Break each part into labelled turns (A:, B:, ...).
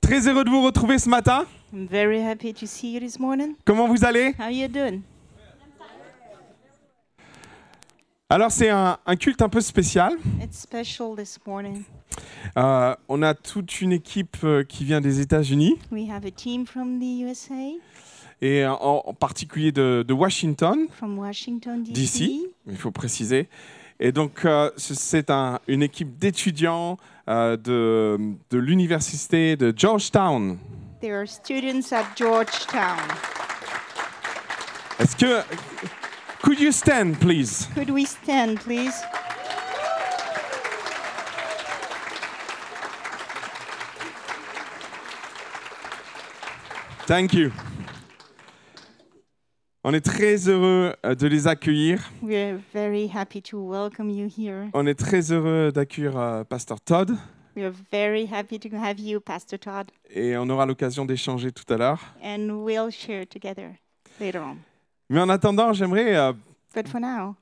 A: Très heureux de vous retrouver ce matin.
B: I'm very happy to see you this morning.
A: Comment vous allez
B: How you doing?
A: Alors c'est un, un culte un peu spécial.
B: It's special this morning.
A: Euh, on a toute une équipe euh, qui vient des États-Unis
B: We have a team from the USA,
A: et en, en particulier de, de Washington.
B: from Washington
A: D'ici. Il faut préciser. Et donc euh, c- c'est un- une équipe d'étudiants euh, de, de l'université de Georgetown.
B: There are students at Georgetown.
A: Est-ce que could you stand please?
B: Could we stand, please?
A: Thank you. On est très heureux euh, de les accueillir.
B: We're very happy to welcome you here.
A: On est très heureux d'accueillir euh, Pasteur Todd
B: We are very happy to have you, Pastor Todd,
A: et on aura l'occasion d'échanger tout à l'heure.
B: and we'll share together later on.
A: Mais en attendant, j'aimerais euh,
B: But for now,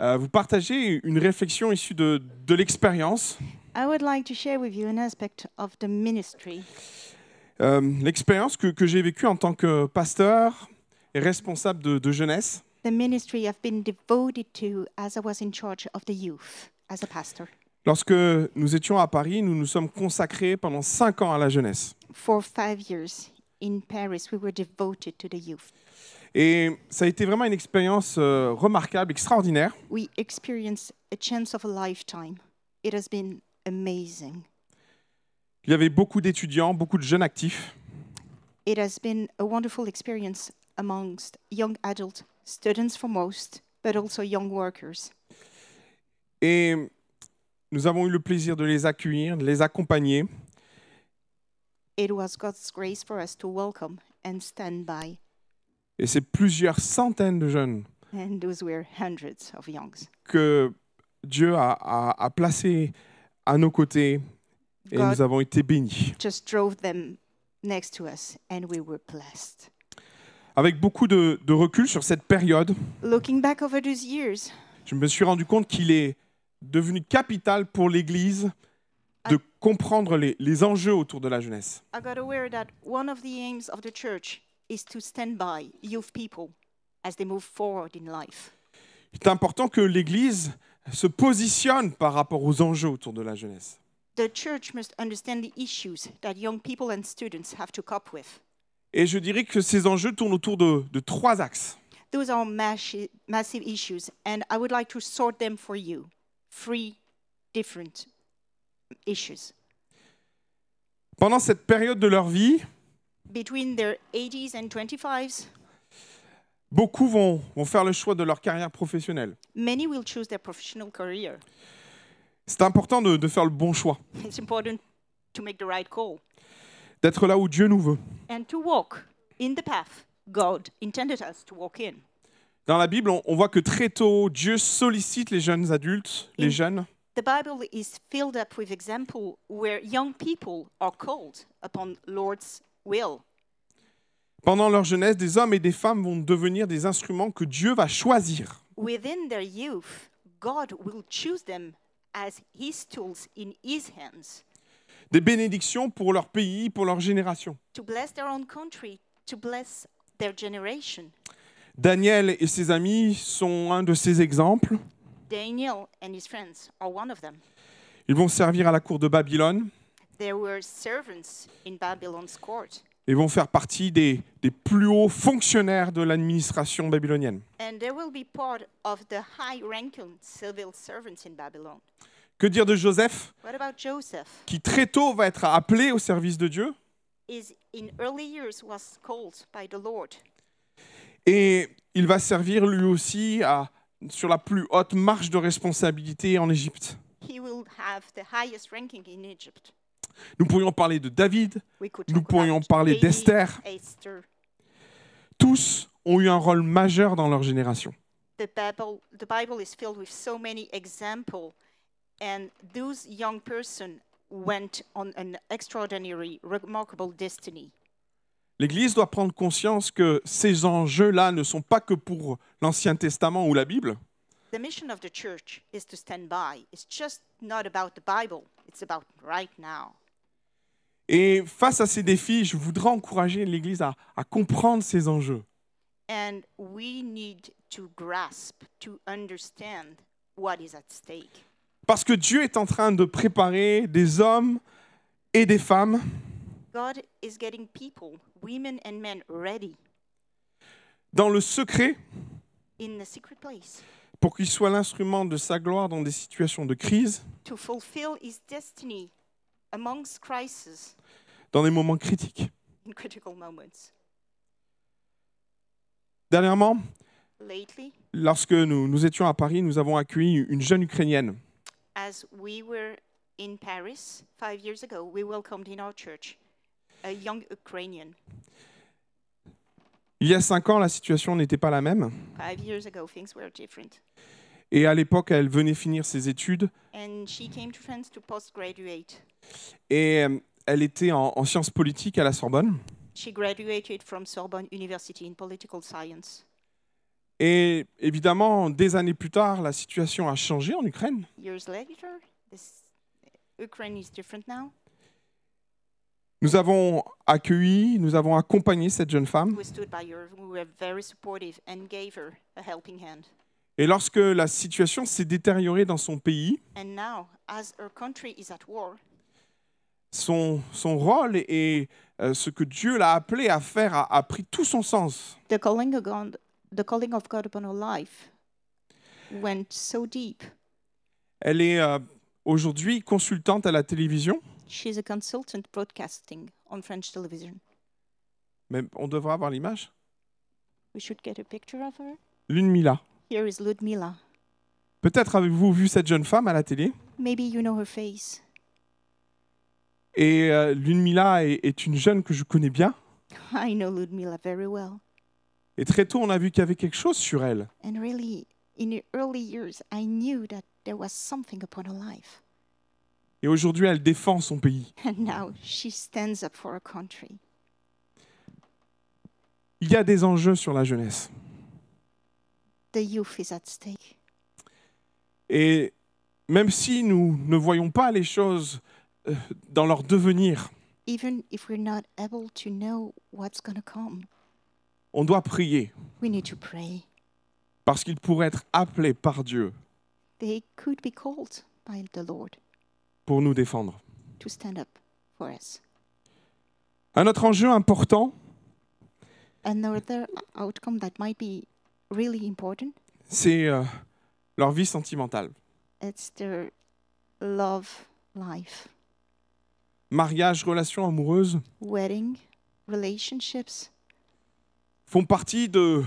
A: euh, vous partager une réflexion issue de, de l'expérience.
B: I would like to share with you an aspect of the ministry
A: Euh, l'expérience que, que j'ai vécue en tant que pasteur et responsable de, de jeunesse.
B: the ministry I've been devoted to as I was in charge of the youth as a pastor.
A: Lorsque nous étions à Paris, nous nous sommes consacrés pendant cinq ans à la jeunesse.
B: For five years in Paris, we were devoted to the youth.
A: Et ça a été vraiment une expérience euh, remarquable, extraordinaire.
B: We experienced a chance of a lifetime. It has been amazing.
A: Il y avait beaucoup d'étudiants, beaucoup de jeunes actifs.
B: It has been a wonderful experience amongst young adult students for most, but also young workers.
A: Et nous avons eu le plaisir de les accueillir, de les accompagner.
B: It was God's grace for us to welcome and stand by,
A: Et c'est plusieurs centaines de jeunes
B: and those were hundreds of youngs.
A: que Dieu a, a- a placés à nos côtés et
B: God
A: nous avons été bénis.
B: just drove them next to us, and we were blessed.
A: Avec beaucoup de, de recul sur cette période,
B: Looking back over those years,
A: je me suis rendu compte qu'il est devenu capital pour l'Église de comprendre les- les enjeux autour de la jeunesse.
B: I got aware that one of the aims of the church is to stand by youth people as they move forward in life.
A: C'est important que l'Église se positionne par rapport aux enjeux autour de la jeunesse.
B: The church must understand the issues that young people and students have to cope with.
A: Et je dirais que ces enjeux tournent autour de, de trois axes.
B: Those are massi- massive issues, and I would like to sort them for you. Three different issues.
A: Pendant cette période de leur vie,
B: Between their 80s and 25s,
A: beaucoup vont, vont faire le choix de leur carrière professionnelle.
B: many will choose their professional career.
A: C'est important de, de faire le bon choix,
B: It's important to make the right call
A: d'être là où Dieu nous veut.
B: and to walk in the path God intended us to walk in.
A: Dans la Bible, on, on voit que très tôt, Dieu sollicite les jeunes adultes, les
B: Mm.
A: jeunes,
B: The Bible is filled up with example where young people are called upon Lord's will.
A: pendant leur jeunesse, des hommes et des femmes vont devenir des instruments que Dieu va choisir.
B: Within their youth, God will choose them as his tools in his hands
A: Des bénédictions pour leur pays, pour leur génération.
B: to bless their own country, to bless their generation.
A: Daniel et ses amis sont un de ces exemples.
B: Daniel and his friends are one of them.
A: Ils vont servir à la cour de Babylone
B: They were servants in Babylon's court.
A: et vont faire partie des, des plus hauts fonctionnaires de l'administration babylonienne.
B: And they will be part of the high ranking civil servants in Babylon.
A: Que dire de Joseph,
B: What about Joseph?
A: qui très tôt va être appelé au service de Dieu
B: Is in early years was called by the Lord
A: et il va servir lui aussi à, sur la plus haute marche de responsabilité en Égypte.
B: he will have the highest ranking in Egypt.
A: Nous pourrions parler de David,
B: We could
A: Nous
B: talk
A: pourrions
B: about
A: parler
B: David,
A: d'Esther.
B: Esther.
A: tous ont eu un rôle majeur dans leur génération.
B: The Bible, the Bible is filled with so many examples, and those young person went on an extraordinary, remarkable destiny.
A: L'Église doit prendre conscience que ces enjeux-là ne sont pas que pour l'Ancien Testament ou la Bible,
B: The mission of the church is to stand by. It's just not about the Bible. It's about right now.
A: Et face à ces défis, je voudrais encourager l'Église à, à comprendre ces enjeux.
B: And we need to grasp, to understand what is at stake.
A: Parce que Dieu est en train de préparer des hommes et des femmes
B: God is getting people, women and men, ready
A: dans le secret
B: in the secret place
A: pour qu'ils soient l'instrument de sa gloire dans des situations de crise,
B: to fulfill his destiny amongst crises
A: dans des moments critiques.
B: in critical moments.
A: Dernièrement,
B: Lately,
A: lorsque nous, nous étions à Paris, nous avons accueilli une jeune Ukrainienne.
B: as we were in Paris five years ago, we welcomed in our church a young Ukrainian.
A: Il y a cinq ans, la situation n'était pas la même.
B: Five years ago, things were different.
A: Et à l'époque, elle venait finir ses études
B: And she came to France to postgraduate.
A: et euh, elle était en, en sciences politiques à la Sorbonne.
B: She graduated from Sorbonne University in political science.
A: Et évidemment, des années plus tard, la situation a changé en Ukraine.
B: Years later, this Ukraine is different now.
A: Nous avons accueilli, nous avons accompagné cette jeune femme.
B: We stood by her, we were very supportive and gave her a helping hand.
A: Et lorsque la situation s'est détériorée dans son pays,
B: And now, as her country is at war,
A: son, son rôle et euh, ce que Dieu l'a appelé à faire a, a pris tout son sens.
B: the calling of God, the calling of God upon her life went so deep.
A: Elle est euh, aujourd'hui consultante à la télévision,
B: She's a consultant broadcasting on French television.
A: mais on devrait avoir l'image.
B: We should get a picture of her.
A: Mila.
B: Here is Ludmila.
A: Peut-être avez-vous vu cette jeune femme à la télé.
B: Maybe you know her face.
A: Et euh, Mila est, est une jeune que je connais bien.
B: I know Ludmila very well.
A: Et très tôt, on a vu qu'il y avait quelque chose sur elle.
B: And really, in her early years, I knew that there was something upon her life.
A: Et aujourd'hui, elle défend son pays.
B: And now she stands up for her country.
A: Il y a des enjeux sur la jeunesse.
B: The youth is at stake.
A: Et même si nous ne voyons pas les choses euh, dans leur devenir,
B: Even if we're not able to know what's going to come,
A: on doit prier
B: we need to pray.
A: parce qu'ils pourraient être appelés par Dieu
B: They could be called by the Lord
A: pour nous défendre.
B: to stand up for us.
A: Un autre enjeu important,
B: Another outcome that might be really important
A: c'est euh, leur vie sentimentale.
B: it's their love life,
A: Mariage, relations amoureuses
B: wedding, relationships,
A: font partie de,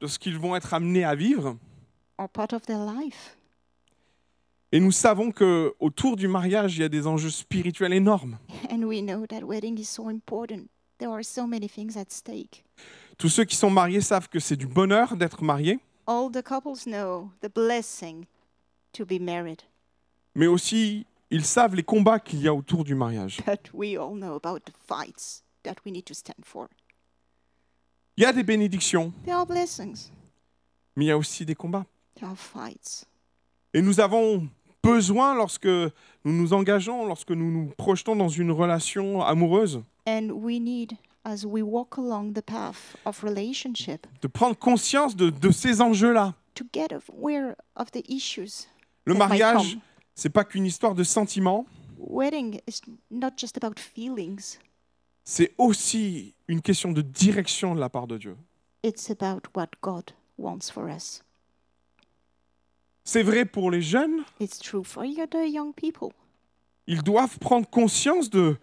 A: de ce qu'ils vont être amenés à vivre.
B: are part of their life.
A: Et nous savons que autour du mariage, il y a des enjeux spirituels énormes.
B: And we know that wedding is so important. There are so many things at stake.
A: Tous ceux qui sont mariés savent que c'est du bonheur d'être marié,
B: All the couples know the blessing to be married,
A: mais aussi ils savent les combats qu'il y a autour du mariage.
B: but we all know about the fights that we need to stand for.
A: Il y a des bénédictions,
B: There are blessings,
A: mais il y a aussi des combats.
B: there are fights.
A: Et nous avons besoin, lorsque nous nous engageons, lorsque nous nous projetons dans une relation amoureuse,
B: And we need, as we walk along the path of relationship,
A: de prendre conscience de, de ces enjeux-là.
B: to get aware of the issues.
A: Le
B: that might
A: mariage,
B: come.
A: c'est pas qu'une histoire de sentiments,
B: Wedding is not just about feelings,
A: c'est aussi une question de direction de la part de Dieu.
B: it's about what God wants for us.
A: C'est vrai pour les jeunes,
B: It's true for y- the young people.
A: ils doivent prendre conscience de,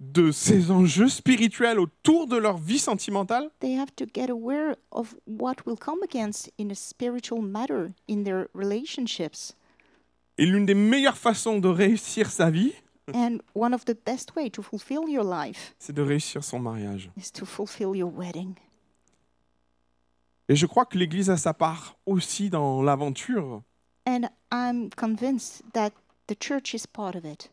A: de ces enjeux spirituels autour de leur vie sentimentale,
B: they have to get aware of what will come against in a spiritual matter in their relationships.
A: et l'une des meilleures façons de réussir sa vie,
B: and one of the best way to fulfill your life
A: c'est de réussir son mariage.
B: is to fulfill your wedding.
A: Et je crois que l'Église a sa part aussi dans l'aventure.
B: And I'm convinced that the church is part of it.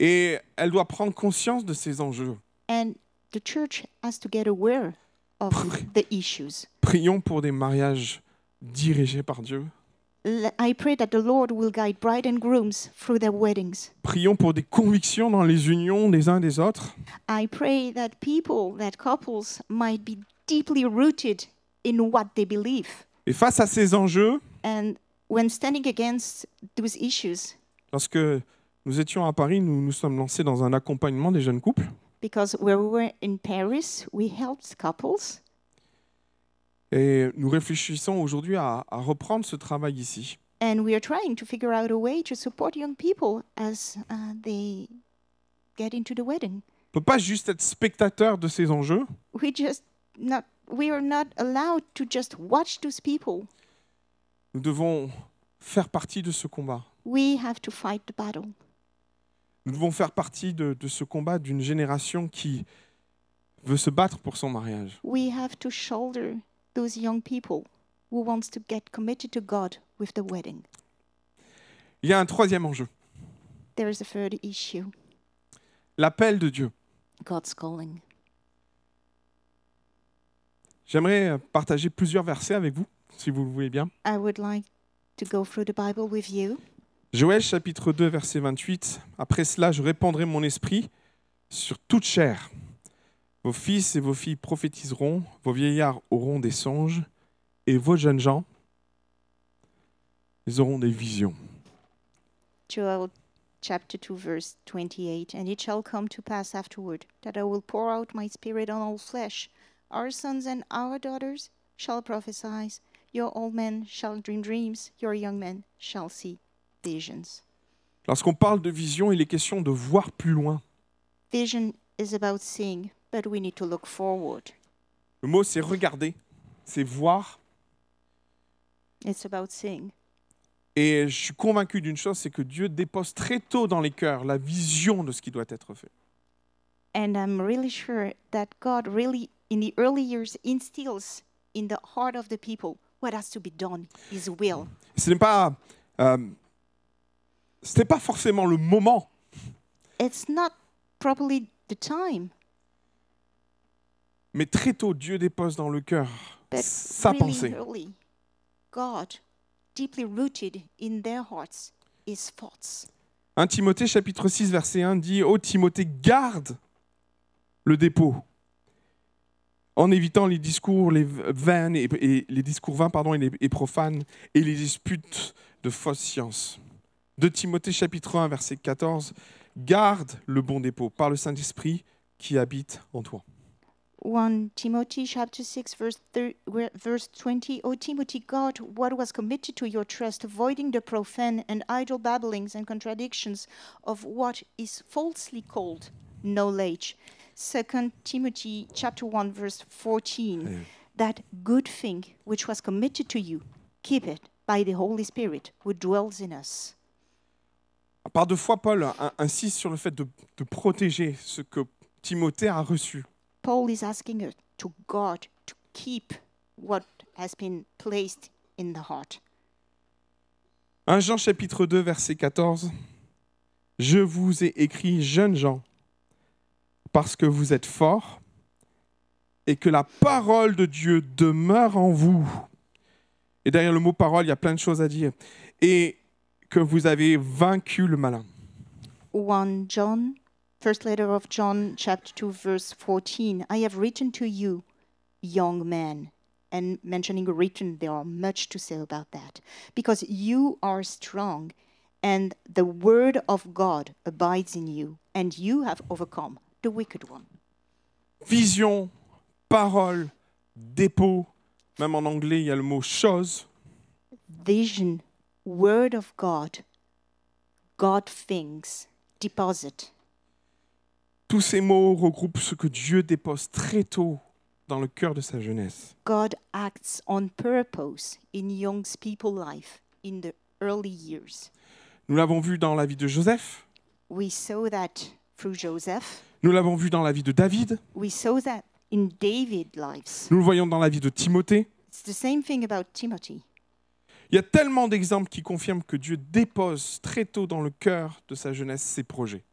A: Et elle doit prendre conscience de ces enjeux.
B: And the church has to get aware of the issues.
A: Prions pour des mariages dirigés par Dieu.
B: L- I pray that the Lord will guide bride and grooms through their weddings.
A: Prions pour des convictions dans les unions des uns des autres,
B: I pray that people, that couples might be deeply rooted in what they believe.
A: et face à ces enjeux,
B: And when standing against those issues,
A: Lorsque nous étions à Paris, nous nous sommes lancés dans un accompagnement des jeunes couples.
B: because where we were in Paris, we helped couples,
A: Et nous réfléchissons aujourd'hui à, à reprendre ce travail ici.
B: and we are trying to figure out a way to support young people as uh, they get into the wedding.
A: On ne peut pas juste être spectateur de ces enjeux.
B: We just not we are not allowed to just watch those people.
A: Nous devons faire partie de ce combat.
B: We have to fight the battle.
A: Nous devons faire partie de, de ce combat d'une génération qui veut se battre pour son mariage.
B: we have to shoulder those young people who wants to get committed to God with the wedding.
A: Il y a un troisième enjeu,
B: There is a third issue,
A: l'appel de Dieu.
B: God's calling.
A: J'aimerais euh, partager plusieurs versets avec vous, si vous le voulez bien.
B: I would like to go through the Bible with you.
A: Joël chapitre 2 verset 28. Après cela, je répandrai mon esprit sur toute chair. Vos fils et vos filles prophétiseront, vos vieillards auront des songes, et vos jeunes gens, ils auront des visions.
B: Joel chapter 2 verse 28 and it shall come to pass afterward that I will pour out my spirit on all flesh our sons and our daughters shall prophesy your old men shall dream dreams your young men shall see visions
A: Lorsqu'on parle de vision, il est question de voir plus loin.
B: vision is about seeing but we need to look forward
A: Le mot c'est regarder, c'est voir.
B: It's about seeing.
A: Et je suis convaincu d'une chose, c'est que Dieu dépose très tôt dans les cœurs la vision de ce qui doit être fait.
B: And I'm really sure that God really, in the early years, instills in the heart of the people what has to be done, His will.
A: Ce n'est pas, euh, ce n'est pas forcément le moment
B: It's not probably the time,
A: Mais très tôt, Dieu dépose dans le cœur
B: but
A: sa
B: really
A: pensée.
B: early, God, deeply rooted in their hearts, His thoughts.
A: 1 Timothée chapitre 6 verset 1 dit Ô Timothée, garde le dépôt en évitant les discours les vains et, et- les discours vains pardon et, les, et profanes et les disputes de fausses sciences. 2 Timothée chapitre 1 verset 14 Garde le bon dépôt par le Saint-Esprit qui habite en toi.
B: 1 Timothy chapter 6 verse, thir- where- verse 20 O Timothy guard what was committed to your trust avoiding the profane and idle babblings and contradictions of what is falsely called knowledge 2 Timothy chapter 1 verse 14 that good thing which was committed to you keep it by the holy spirit who dwells in us
A: Par deux fois, Paul in- insiste sur le fait de- de protéger ce que Timothée a reçu.
B: Paul is asking us to guard to keep what has been placed in the heart
A: 1 Jean chapitre 2 verset 14. Je vous ai écrit, jeunes gens, parce que vous êtes forts et que la parole de Dieu demeure en vous. Et derrière le mot parole, il y a plein de choses à dire. Et que vous avez vaincu le malin.
B: 1 John, first letter of John, chapter 2, verse 14. I have written to you, young man. And mentioning written, there are much to say about that. Because you are strong, and the word of God abides in you, and you have overcome the wicked one.
A: Vision, parole, dépôt. Même en anglais, il y a le mot chose.
B: Vision, word of God, God things, deposit.
A: Tous ces mots regroupent ce que Dieu dépose très tôt dans le cœur de sa jeunesse.
B: God acts on purpose in young people's life in the early years.
A: Nous l'avons vu dans la vie de Joseph,
B: We saw that through Joseph.
A: nous l'avons vu dans la vie de David,
B: We saw that in David's lives.
A: nous le voyons dans la vie de Timothée.
B: It's the same thing about Timothy.
A: Il y a tellement d'exemples qui confirment que Dieu dépose très tôt dans le cœur de sa jeunesse ses projets.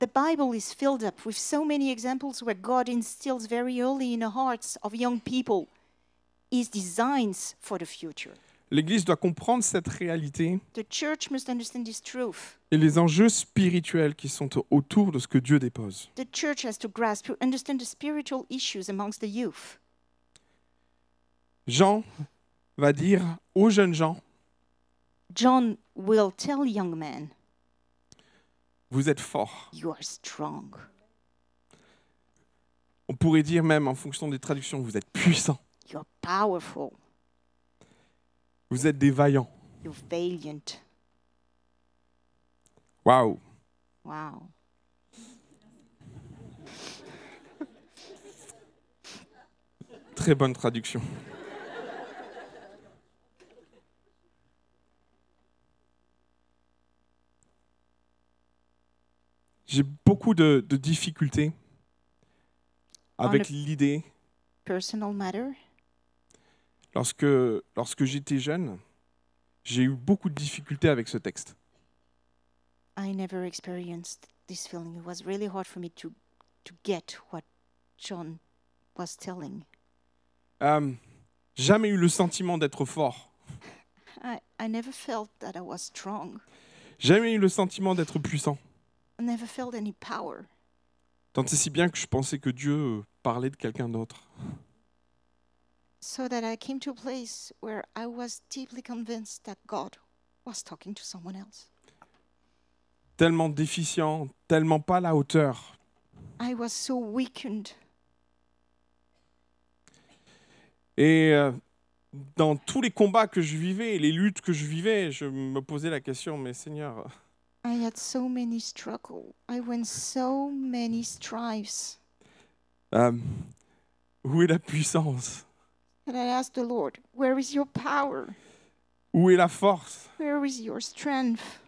B: The Bible is filled up with so many examples where God instills very early in the hearts of young people his designs for the future.
A: L'Église doit comprendre cette réalité
B: The church must understand this truth.
A: et les enjeux spirituels qui sont autour de ce que Dieu dépose.
B: The church has to grasp, to understand the spiritual issues amongst the youth.
A: Jean va dire aux jeunes gens,
B: John will tell young men,
A: vous êtes forts.
B: You are strong.
A: On pourrait dire même en fonction des traductions, vous êtes puissants,
B: You are powerful.
A: vous êtes des vaillants.
B: You're valiant.
A: Waouh
B: Wow.
A: Très bonne traduction. J'ai beaucoup de, de difficultés avec l'idée,
B: Personal matter.
A: lorsque, lorsque j'étais jeune, j'ai eu beaucoup de difficultés avec ce texte.
B: I never experienced this feeling. It was really hard for me to, to get what John was telling.
A: Euh, jamais eu le sentiment d'être fort,
B: I, I never felt that I was strong.
A: jamais eu le sentiment d'être puissant.
B: I never felt any power.
A: Tant et si bien que je pensais que Dieu euh, parlait de quelqu'un d'autre.
B: So that I came to a place where I was deeply convinced that God was talking to someone else.
A: Tellement déficient, tellement pas à la hauteur,
B: I was so weakened.
A: Et euh, dans tous les combats que je vivais, les luttes que je vivais, je me posais la question, mais Seigneur,
B: I had so many struggle. I went so many strifes.
A: euh, où est la puissance
B: And I asked the Lord, Where is your power?
A: Où est la force
B: Where is your strength?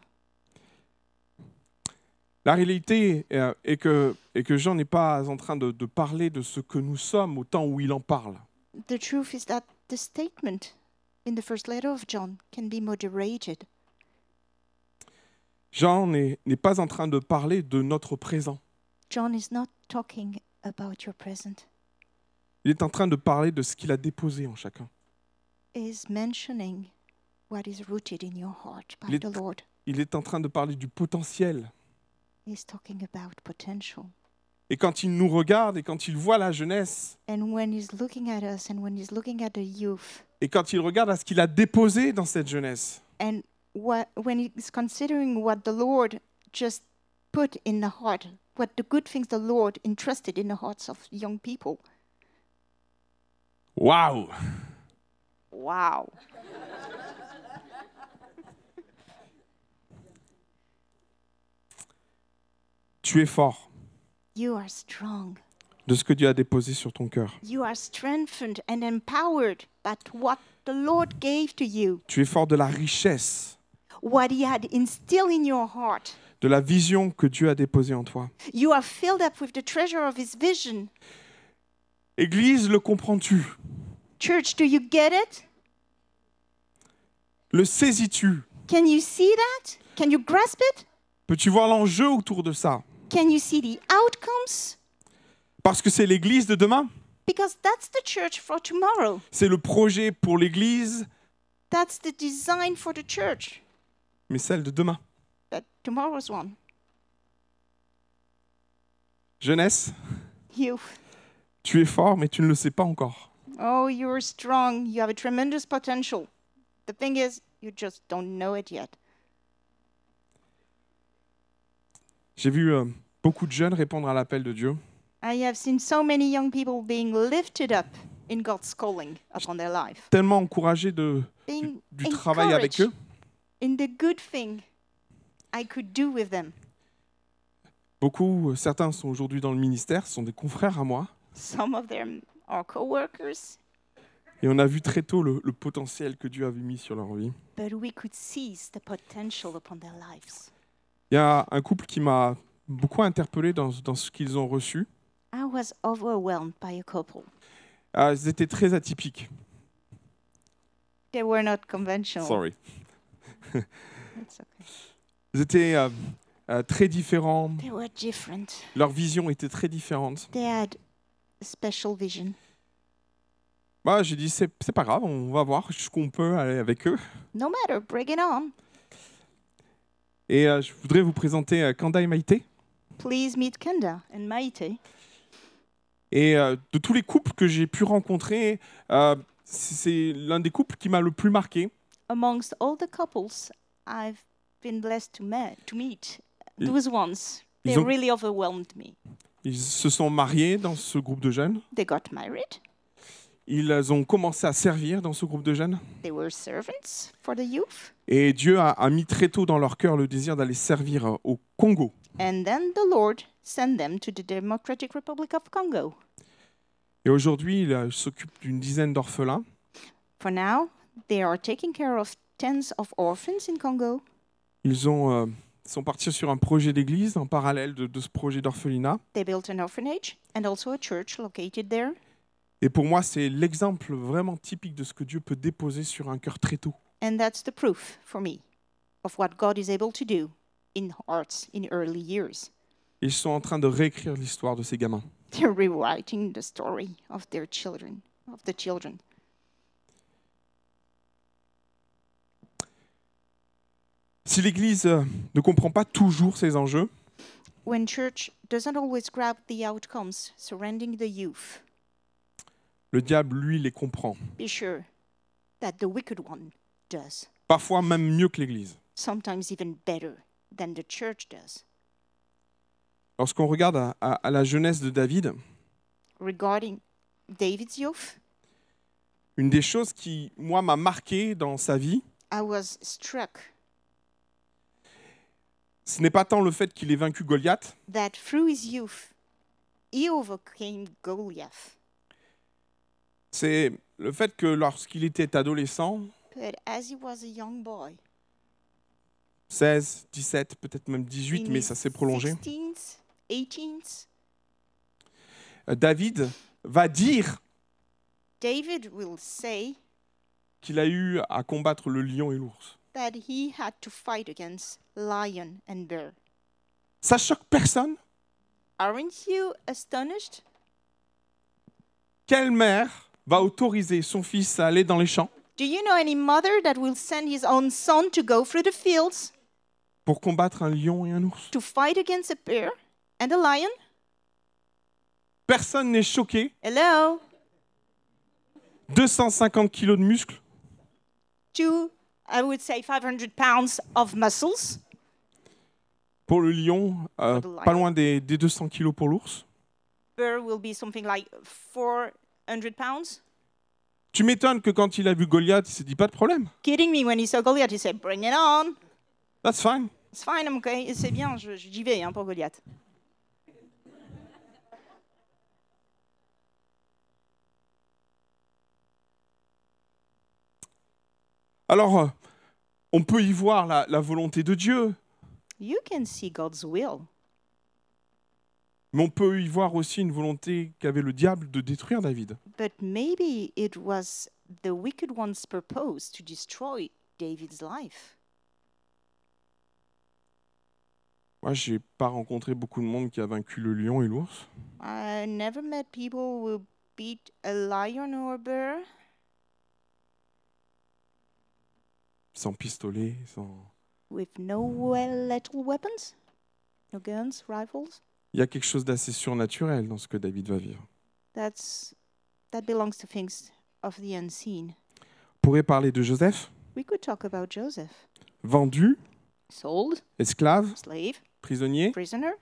A: La réalité euh, est que, est que Jean n'est pas en train de, de parler de ce que nous sommes au temps où il en parle.
B: The truth is that the statement in the first letter of John can be moderated.
A: Jean n'est n'est pas en train de parler de notre présent.
B: John is not talking about your present.
A: Il est en train de parler de ce qu'il a déposé en chacun.
B: He is mentioning what is rooted in your heart by
A: Lit-
B: the Lord.
A: Il est en train de parler du potentiel.
B: He's talking about potential.
A: Et quand il nous regarde et quand il voit la jeunesse,
B: And when he's looking at us and when he's looking at the youth
A: Et quand il regarde à ce qu'il a déposé dans cette jeunesse,
B: and what, when he's considering what the Lord just put in the heart, what the good things the Lord entrusted in the hearts of young people.
A: waouh
B: Wow.
A: Tu es fort
B: You are strong.
A: de ce que Dieu a déposé sur ton cœur.
B: You are strengthened and empowered by what the Lord gave to you,
A: Tu es fort de la richesse,
B: what He had instilled in your heart.
A: de la vision que Dieu a déposée en toi.
B: You are filled up with the treasure of His vision.
A: Église, le comprends-tu
B: Church, do you get it?
A: Le saisis-tu
B: Can you see that? Can you grasp it?
A: Peux-tu voir l'enjeu autour de ça
B: Can you see the outcomes?
A: Parce que c'est l'Église de demain.
B: Because that's the church for tomorrow.
A: C'est le projet pour l'Église,
B: That's the design for the church.
A: mais celle de demain.
B: But tomorrow's one.
A: Jeunesse,
B: Youth.
A: tu es fort, mais tu ne le sais pas encore.
B: Oh, you're strong. You have a tremendous potential. The thing is, you just don't know it yet.
A: J'ai vu euh, beaucoup de jeunes répondre à l'appel de Dieu.
B: I have seen so many young people being lifted up in God's calling upon their life,
A: Tellement encouragés de,
B: being
A: du travail avec eux.
B: encouraged in the good thing I could do with them.
A: Beaucoup, euh, certains sont aujourd'hui dans le ministère, sont des confrères à moi,
B: Some of them are co-workers,
A: et on a vu très tôt le, le potentiel que Dieu avait mis sur leur vie.
B: but we could seize the potential upon their lives.
A: Il y a un couple qui m'a beaucoup interpellé dans, dans ce qu'ils ont reçu.
B: I was overwhelmed by a couple.
A: Ah, ils étaient très atypiques.
B: They were not conventional.
A: Sorry.
B: It's okay.
A: Ils étaient euh, euh, très différents.
B: They were different.
A: Leur vision était très différente.
B: They had a special vision.
A: Bah, j'ai dit, c'est c'est pas grave, on va voir jusqu'où on peut aller avec eux.
B: No matter, bring it on.
A: Et euh, je voudrais vous présenter euh, Kanda et Maïté.
B: Please meet Kenda and Maite.
A: Et euh, de tous les couples que j'ai pu rencontrer, euh, c'est- c'est l'un des couples qui m'a le plus marqué.
B: Amongst all the couples I've been blessed to, ma- to meet,
A: Ils-
B: those ones, they
A: Ils, ont-
B: really overwhelmed me.
A: ils se sont mariés dans ce groupe de jeunes.
B: They got married,
A: Ils ont commencé à servir dans ce groupe de jeunes.
B: they were servants for the youth,
A: Et Dieu a, a mis très tôt dans leur cœur le désir d'aller servir euh, au Congo.
B: and then the Lord sent them to the Democratic Republic of Congo.
A: Et aujourd'hui, il euh, s'occupe d'une dizaine d'orphelins.
B: For now, they are taking care of tens of orphans in Congo.
A: Ils ont, euh, sont partis sur un projet d'église en parallèle de, de ce projet d'orphelinat.
B: They built an orphanage and also a church located there.
A: Et pour moi, c'est l'exemple vraiment typique de ce que Dieu peut déposer sur un cœur très tôt.
B: And that's the proof for me of what God is able to do in hearts in early years.
A: Ils sont en train de réécrire l'histoire de ces gamins.
B: They're rewriting the story of their children, of the children.
A: Si l'Église euh, ne comprend pas toujours ces enjeux,
B: When church doesn't always grab the outcomes surrounding the youth,
A: le diable, lui, les comprend.
B: be sure that the wicked one does,
A: Parfois même mieux que l'Église.
B: sometimes even better than the church does.
A: Lorsqu'on regarde à, à- à la jeunesse de David,
B: Regarding David's youth,
A: une des choses qui, moi, m'a marqué dans sa vie,
B: I was struck
A: ce n'est pas tant le fait qu'il ait vaincu Goliath,
B: that through his youth, he overcame Goliath.
A: c'est le fait que lorsqu'il était adolescent,
B: But as he was a young boy,
A: 16, 17, peut-être même 18,
B: in
A: mais
B: his
A: ça s'est prolongé,
B: 16s, 18s,
A: euh, David va dire
B: David will say
A: qu'il a eu à combattre le lion et l'ours.
B: that he had to fight against lion and bear.
A: Ça choque personne
B: Aren't you astonished?
A: Quelle mère va autoriser son fils à aller dans les champs
B: Do you know any mother that will send his own son to go through the fields
A: pour combattre un lion et un ours
B: to fight against a bear and a lion?
A: Personne n'est choqué.
B: Hello?
A: 250 kilos de muscles,
B: Two, I would say 500 pounds of muscles.
A: pour le lion, euh,
B: Pour le lion.
A: pas loin des, des 200 kilos pour l'ours.
B: Bear will be something like 400 pounds.
A: Tu m'étonnes que quand il a vu Goliath, il s'est dit pas de problème.
B: Kidding me when he saw Goliath, he said, bring it on.
A: That's fine.
B: It's fine, I'm okay. C'est bien, je- j'y vais hein, pour Goliath.
A: Alors, euh, on peut y voir la, la volonté de Dieu,
B: You can see God's will,
A: mais on peut y voir aussi une volonté qu'avait le diable de détruire David.
B: but maybe it was the wicked one's purpose to destroy David's life.
A: Moi, j'ai pas rencontré beaucoup de monde qui a vaincu le lion et l'ours.
B: I never met people who beat a lion or a bear
A: Sans pistolet, sans.
B: with no well lethal weapons, no guns, rifles.
A: Il y a quelque chose d'assez surnaturel dans ce que David va vivre.
B: That's that belongs to things of the unseen.
A: On pourrait parler de Joseph,
B: We could talk about Joseph,
A: vendu,
B: sold,
A: esclave,
B: slave,
A: prisonnier.
B: prisoner.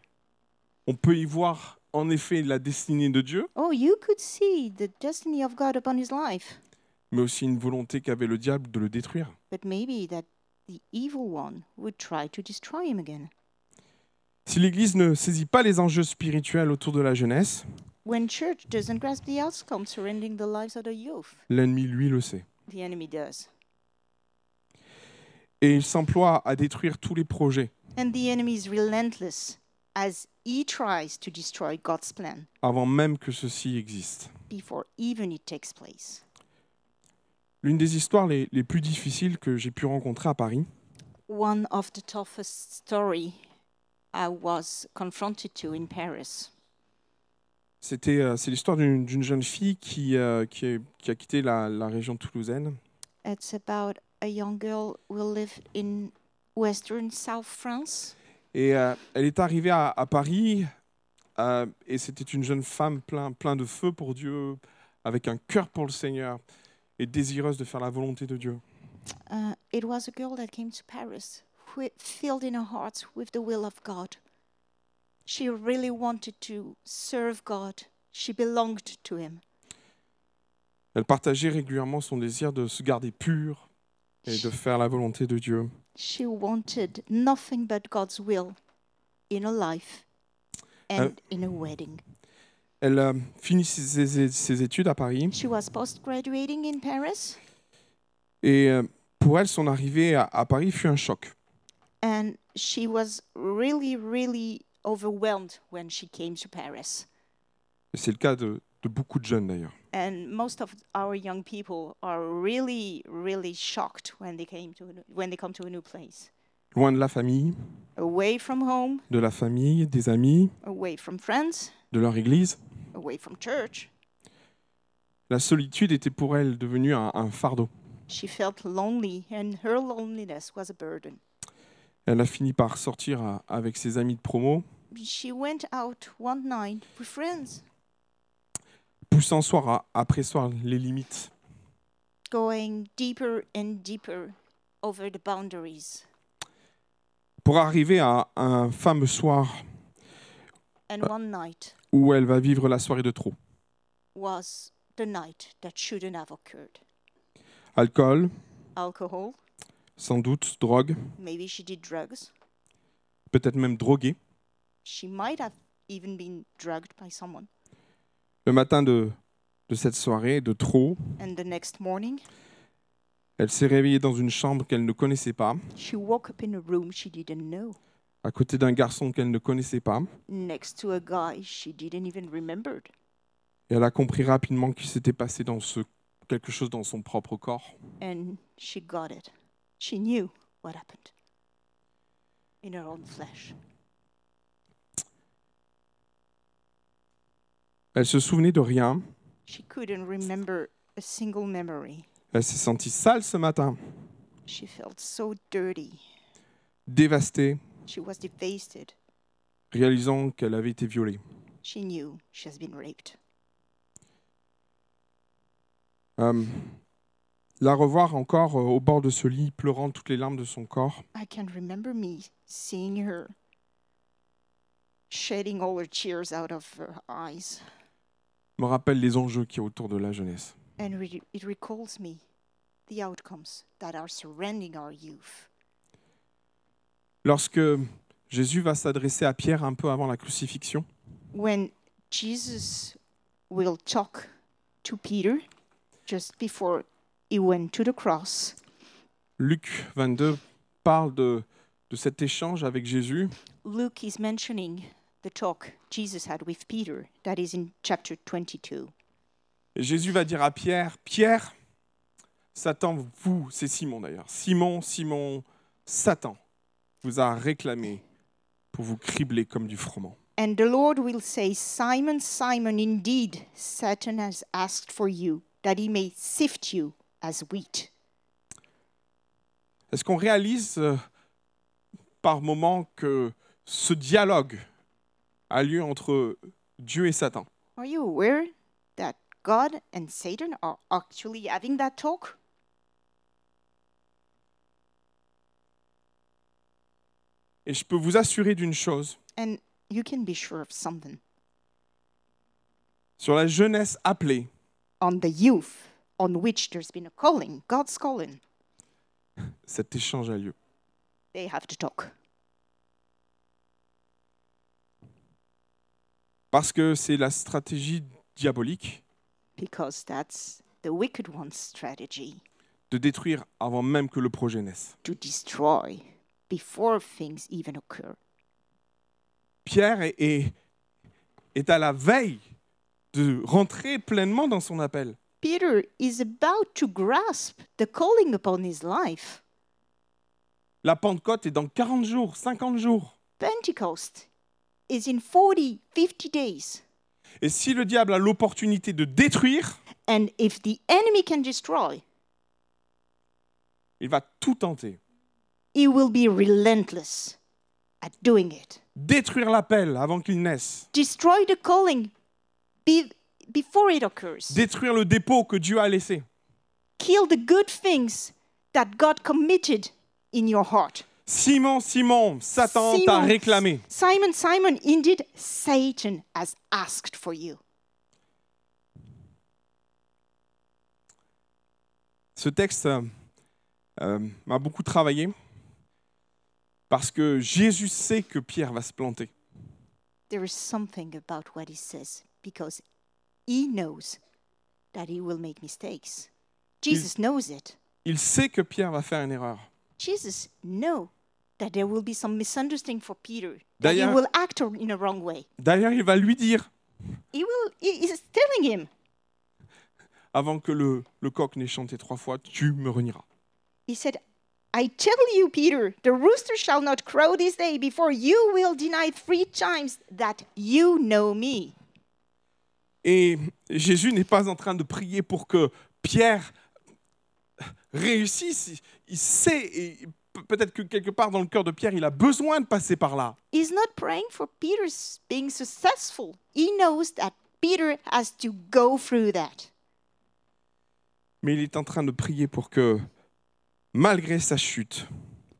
A: On peut y voir en effet la destinée de Dieu,
B: Oh, you could see the destiny of God upon his life.
A: mais aussi une volonté qu'avait le diable de le détruire.
B: but maybe that the evil one would try to destroy him again.
A: Si l'Église ne saisit pas les enjeux spirituels autour de la jeunesse,
B: When church doesn't grasp the outcome surrendering the lives of the youth,
A: l'ennemi, lui, le sait.
B: the enemy does.
A: Et il s'emploie à détruire tous les projets
B: And the enemy is relentless as he tries to destroy God's plan
A: avant même que ceci existe.
B: before even it takes place.
A: L'une des histoires les, les plus difficiles que j'ai pu rencontrer à Paris,
B: One of the toughest story I was confronted to in Paris
A: C'était, euh, c'est l'histoire d'une d'une jeune fille qui, euh, qui, est- qui a quitté la, la région toulousaine
B: It's about a young girl who lived in western South France.
A: et euh, elle est arrivée à, à Paris euh, et c'était une jeune femme plein, plein de feu pour Dieu, avec un cœur pour le Seigneur et désireuse de faire la volonté de Dieu.
B: Uh, it was a girl that came to Paris, who filled in her heart with the will of God. She really wanted to serve God. She belonged to Him.
A: Elle partageait régulièrement son désir de se garder pure et de faire la volonté de Dieu.
B: She wanted nothing but God's will in her life and in a wedding.
A: Elle euh, finit ses, ses- ses études à Paris
B: She was post graduating in Paris,
A: et euh, pour elle, son arrivée à- à Paris fut un choc.
B: and she was really, really overwhelmed when she came to Paris.
A: Et c'est le cas de, de beaucoup de jeunes d'ailleurs.
B: And most of our young people are really, really shocked when they came to a new- when they come to a new place,
A: Loin de la famille,
B: away from home,
A: de la famille, des amis,
B: away from friends,
A: de leur église.
B: away from church.
A: La solitude était pour elle devenue un, un fardeau.
B: She felt lonely, and her loneliness was a burden.
A: Elle a fini par sortir à- avec ses amis de promo,
B: she went out one night with friends,
A: poussant soir à- après soir les limites.
B: going deeper and deeper over the boundaries.
A: Pour arriver à un fameux soir
B: And one night
A: où elle va vivre la soirée de trop.
B: was the night that shouldn't have occurred.
A: Alcool,
B: Alcohol,
A: sans doute, drogue,
B: maybe she did drugs.
A: peut-être même droguée.
B: She might have even been drugged by someone.
A: Le matin de, de cette soirée de trop,
B: And the next morning,
A: elle s'est réveillée dans une chambre qu'elle ne connaissait pas,
B: she woke up in a room she didn't know,
A: à côté d'un garçon qu'elle ne connaissait pas.
B: next to a guy she didn't even remember.
A: Et elle a compris rapidement qu'il s'était passé dans ce quelque chose dans son propre corps.
B: And she got it. She knew what happened in her own flesh.
A: Elle se souvenait de rien.
B: She couldn't remember a single memory.
A: Elle s'est sentie sale ce matin,
B: She felt so dirty.
A: dévastée,
B: She was devastated.
A: réalisant qu'elle avait été violée.
B: She knew she has been raped.
A: Euh, la revoir encore euh, au bord de ce lit, pleurant toutes les larmes de son corps,
B: I can remember me seeing her shedding all her tears out of her eyes.
A: me rappelle les enjeux qu'il y a autour de la jeunesse.
B: And re- it recalls me the outcomes that are surrounding our youth.
A: Lorsque Jésus va s'adresser à Pierre un peu avant la crucifixion,
B: When Jesus will talk to Peter just before he went to the cross,
A: Luc 22 parle de, de cet échange avec Jésus
B: Luke is mentioning the talk Jesus had with Peter, that is in chapter 22.
A: Et Jésus va dire à Pierre, Pierre, Satan, vous, c'est Simon d'ailleurs, Simon, Simon, Satan vous a réclamé pour vous cribler comme du froment.
B: And the Lord will say, Simon, Simon, indeed, Satan has asked for you, that he may sift you as wheat.
A: Est-ce qu'on réalise euh, par moment que ce dialogue a lieu entre Dieu et Satan
B: Are you aware that God and Satan are actually having that talk?
A: Et je peux vous assurer d'une chose,
B: And you can be sure of something.
A: sur la jeunesse appelée,
B: On the youth on which there's been a calling, God's calling,
A: cet échange a lieu.
B: they have to talk.
A: Parce que c'est la stratégie diabolique
B: Because that's the wicked one's strategy.
A: de détruire avant même que le projet naisse.
B: to destroy before things even occur.
A: Pierre est, est- est à la veille de rentrer pleinement dans son appel.
B: Peter is about to grasp the calling upon his life.
A: La Pentecôte est dans 40 jours, 50 jours.
B: Pentecost is in 40, 50 days.
A: Et si le diable a l'opportunité de détruire,
B: And if the enemy can destroy,
A: il va tout tenter.
B: he will be relentless at doing it.
A: Détruire l'appel avant qu'il naisse.
B: Destroy the calling be- before it occurs.
A: Détruire le dépôt que Dieu a laissé.
B: Kill the good things that God committed in your heart.
A: Simon, Simon, Satan t'a
B: Simon-
A: réclamé.
B: Simon, Simon, indeed, Satan has asked for you.
A: Ce texte euh, euh, m'a beaucoup travaillé parce que Jésus sait que Pierre va se planter.
B: There is something about what he says because he knows that he will make mistakes. Jesus knows it.
A: Il sait que Pierre va faire une erreur.
B: Jesus know that there will be some misunderstanding for Peter. That he
A: D'ailleurs-
B: will act or- in a wrong way.
A: D'ailleurs, il va lui dire
B: He will. He is telling him
A: avant que le, le coq n'ait chanté trois fois, tu me renieras.
B: He said, I tell you, Peter, the rooster shall not crow this day before you will deny three times that you know me.
A: Et Jésus n'est pas en train de prier pour que Pierre réussisse. Il sait, et pe- peut-être que quelque part dans le cœur de Pierre, il a besoin de passer par là.
B: He's not praying for Peter's being successful. He knows that Peter has to go through that.
A: Mais il est en train de prier pour que, malgré sa chute,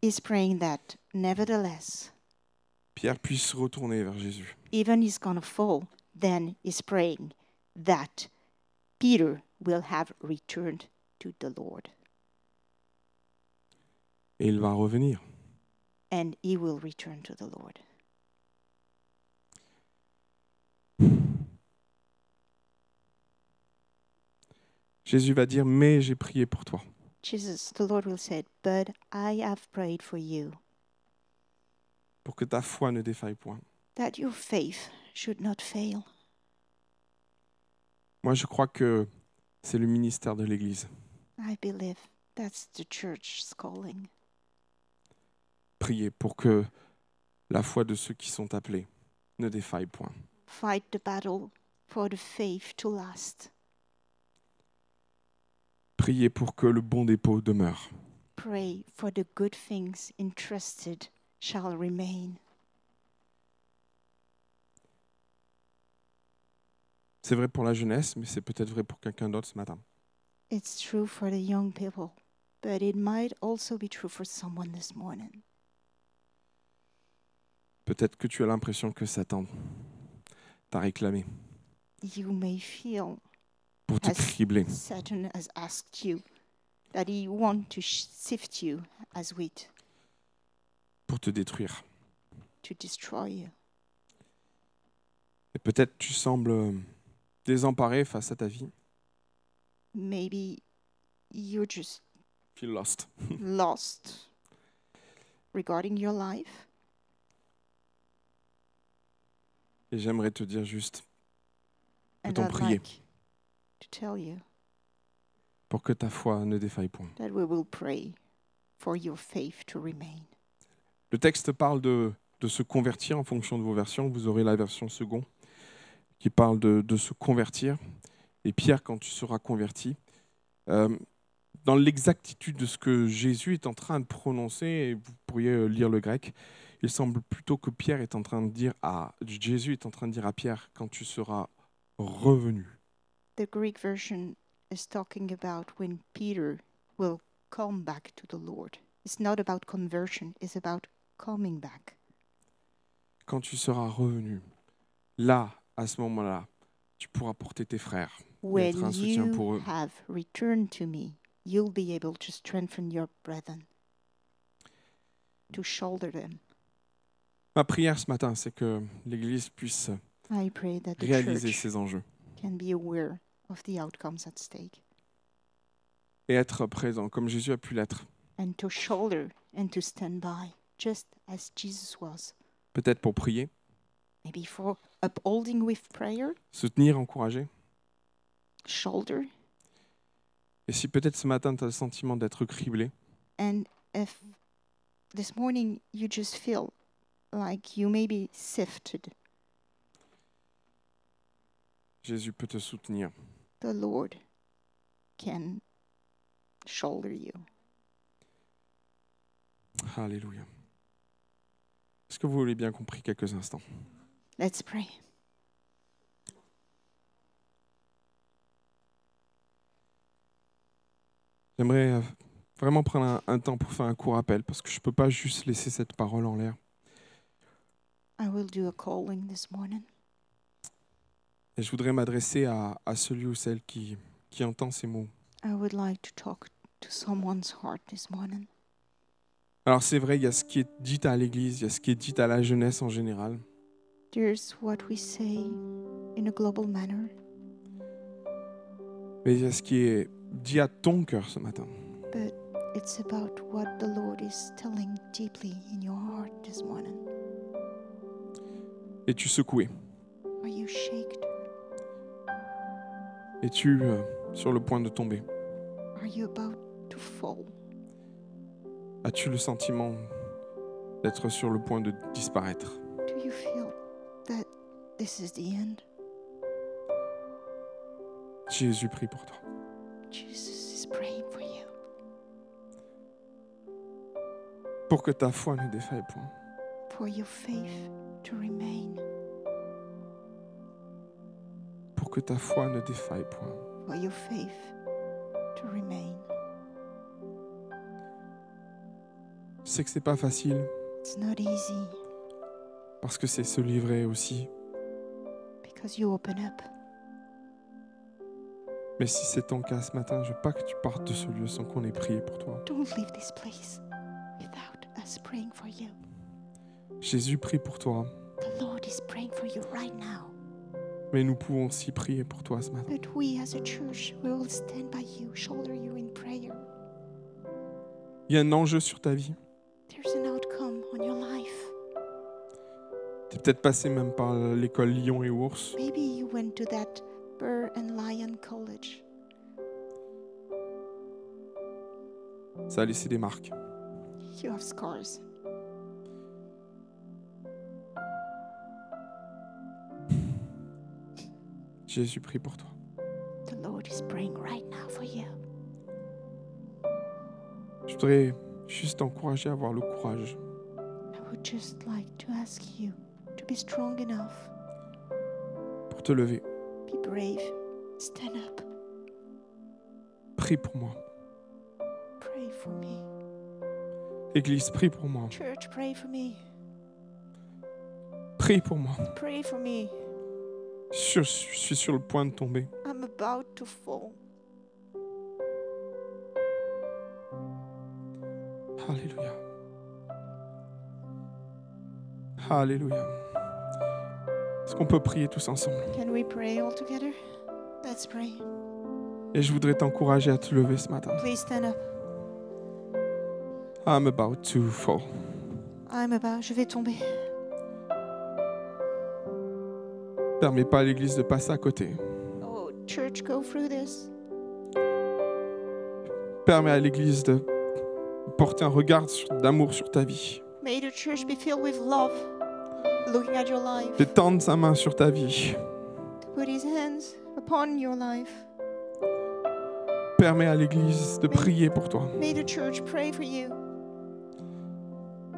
B: He's praying that, nevertheless,
A: Pierre puisse se retourner vers Jésus.
B: even he's gonna fall, then he's praying that Peter will have returned to the Lord
A: Et il va revenir.
B: and he will return to the Lord.
A: Jésus va dire, mais j'ai prié pour toi.
B: Jesus, the Lord will say, But I have prayed for you.
A: pour que ta foi ne défaille point.
B: that your faith should not fail.
A: Moi, je crois que c'est le ministère de l'Église.
B: I believe that's the church's calling.
A: Priez pour que la foi de ceux qui sont appelés ne défaille point.
B: Fight the battle for the faith to last.
A: Priez pour que le bon dépôt demeure.
B: Pray for the good things entrusted shall remain.
A: C'est vrai pour la jeunesse, mais c'est peut-être vrai pour quelqu'un d'autre ce matin.
B: It's true for the young people, but it might also be true for someone this morning.
A: Peut-être que tu as l'impression que Satan t'a réclamé
B: You may feel
A: pour te
B: Yes.
A: cribler.
B: Satan has asked you that he want to sh- sift you as wheat
A: pour te détruire.
B: to destroy you.
A: Et peut-être tu sembles désemparé face à ta vie.
B: Maybe you're just
A: Feel lost.
B: lost regarding your life,
A: Et j'aimerais te dire juste
B: and
A: Peut-on
B: I'd
A: prier?
B: like to tell you
A: pour que ta foi ne défaille point.
B: that we will pray for your faith to remain.
A: Le texte parle de, de se convertir en fonction de vos versions. Vous aurez la version second qui parle de, de se convertir. Et Pierre, quand tu seras converti, euh, dans l'exactitude de ce que Jésus est en train de prononcer, et vous pourriez euh, lire le grec, il semble plutôt que Pierre est en train de dire à Jésus est en train de dire à Pierre quand tu seras revenu.
B: The Greek version is talking about when Peter will come back to the Lord. It's not about conversion, it's about coming back.
A: Quand tu seras revenu, là, à ce moment-là, tu pourras porter tes frères. et être
B: When
A: un soutien pour
B: you
A: eux.
B: have returned to me, you'll be able to strengthen your brethren, to shoulder them.
A: Ma prière ce matin, c'est que l'Église puisse
B: I pray that the
A: réaliser
B: church
A: ses enjeux
B: can be aware of the outcomes at stake
A: et être présent comme Jésus a pu l'être,
B: and to shoulder and to stand by, just as Jesus was.
A: peut-être pour prier,
B: Maybe for upholding with prayer,
A: soutenir, encourager.
B: shoulder,
A: Et si peut-être ce matin tu as le sentiment d'être criblé,
B: and if this morning you just feel like you may be sifted,
A: Jésus peut te soutenir.
B: The Lord can shoulder you.
A: Alléluia. Est-ce que vous l'avez bien compris quelques instants
B: Let's pray.
A: J'aimerais euh, vraiment prendre un, un temps pour faire un court appel parce que je ne peux pas juste laisser cette parole en l'air.
B: I will do a calling this morning.
A: Et je voudrais m'adresser à, à celui ou celle qui, qui entend ces mots.
B: I would like to talk to someone's heart this morning.
A: Alors c'est vrai, il y a ce qui est dit à l'Église, il y a ce qui est dit à la jeunesse en général.
B: There's what we say in a global manner,
A: Mais il y a ce qui est dit à ton cœur ce matin.
B: but it's about what the Lord is telling deeply in your heart this morning.
A: Et tu secoué.
B: Are you shaken?
A: Et tu euh, sur le point de tomber.
B: Are you about to fall?
A: As-tu le sentiment d'être sur le point de disparaître
B: Do you feel that this is the end?
A: Jésus prie pour toi.
B: Jesus is praying for you
A: Pour que ta foi ne défaille point.
B: for your faith to remain,
A: Pour que ta foi ne défaille point.
B: for your faith to remain.
A: Je sais que c'est pas facile
B: It's not easy
A: parce que c'est se livrer aussi.
B: because you open up.
A: Mais si c'est ton cas ce matin, je veux pas que tu partes de ce lieu sans qu'on ait prié pour toi.
B: Don't leave this place without us praying for you.
A: Jésus prie pour toi,
B: The Lord is praying for you right now.
A: mais nous pouvons aussi prier pour toi ce matin.
B: That we as a church we will stand by you, shoulder you in prayer.
A: Il y a un enjeu sur ta vie.
B: There's an outcome on your life.
A: T'es peut-être passé même par l'école Lion et Ours.
B: Maybe you went to that Burr and Lion College.
A: Ça a laissé des marques.
B: You have scars.
A: Jésus prie pour toi.
B: The Lord is praying right now for you.
A: Je voudrais juste t'encourager à avoir le courage
B: I would just like to ask you to be strong enough,
A: pour te lever.
B: be brave, stand up,
A: Prie pour moi.
B: pray for me.
A: Église, prie pour moi.
B: Church, pray for me.
A: Prie pour moi.
B: Pray for me.
A: Je, je suis sur le point de tomber.
B: I'm about to fall.
A: Alléluia. Alléluia. Est-ce qu'on peut prier tous ensemble
B: Can we pray all together? Let's pray.
A: Et je voudrais t'encourager à te lever ce matin.
B: Please stand up.
A: I'm about to fall.
B: I'm about. Je vais tomber.
A: Permets pas à l'église de passer à côté.
B: Oh, church, go through this.
A: Permets à l'église de porter un regard sur- d'amour sur ta vie,
B: May the church be filled with love, looking at your life.
A: de tendre sa main sur ta vie.
B: To put His hands upon your life.
A: Permets à l'église de prier pour toi.
B: May the church pray for you.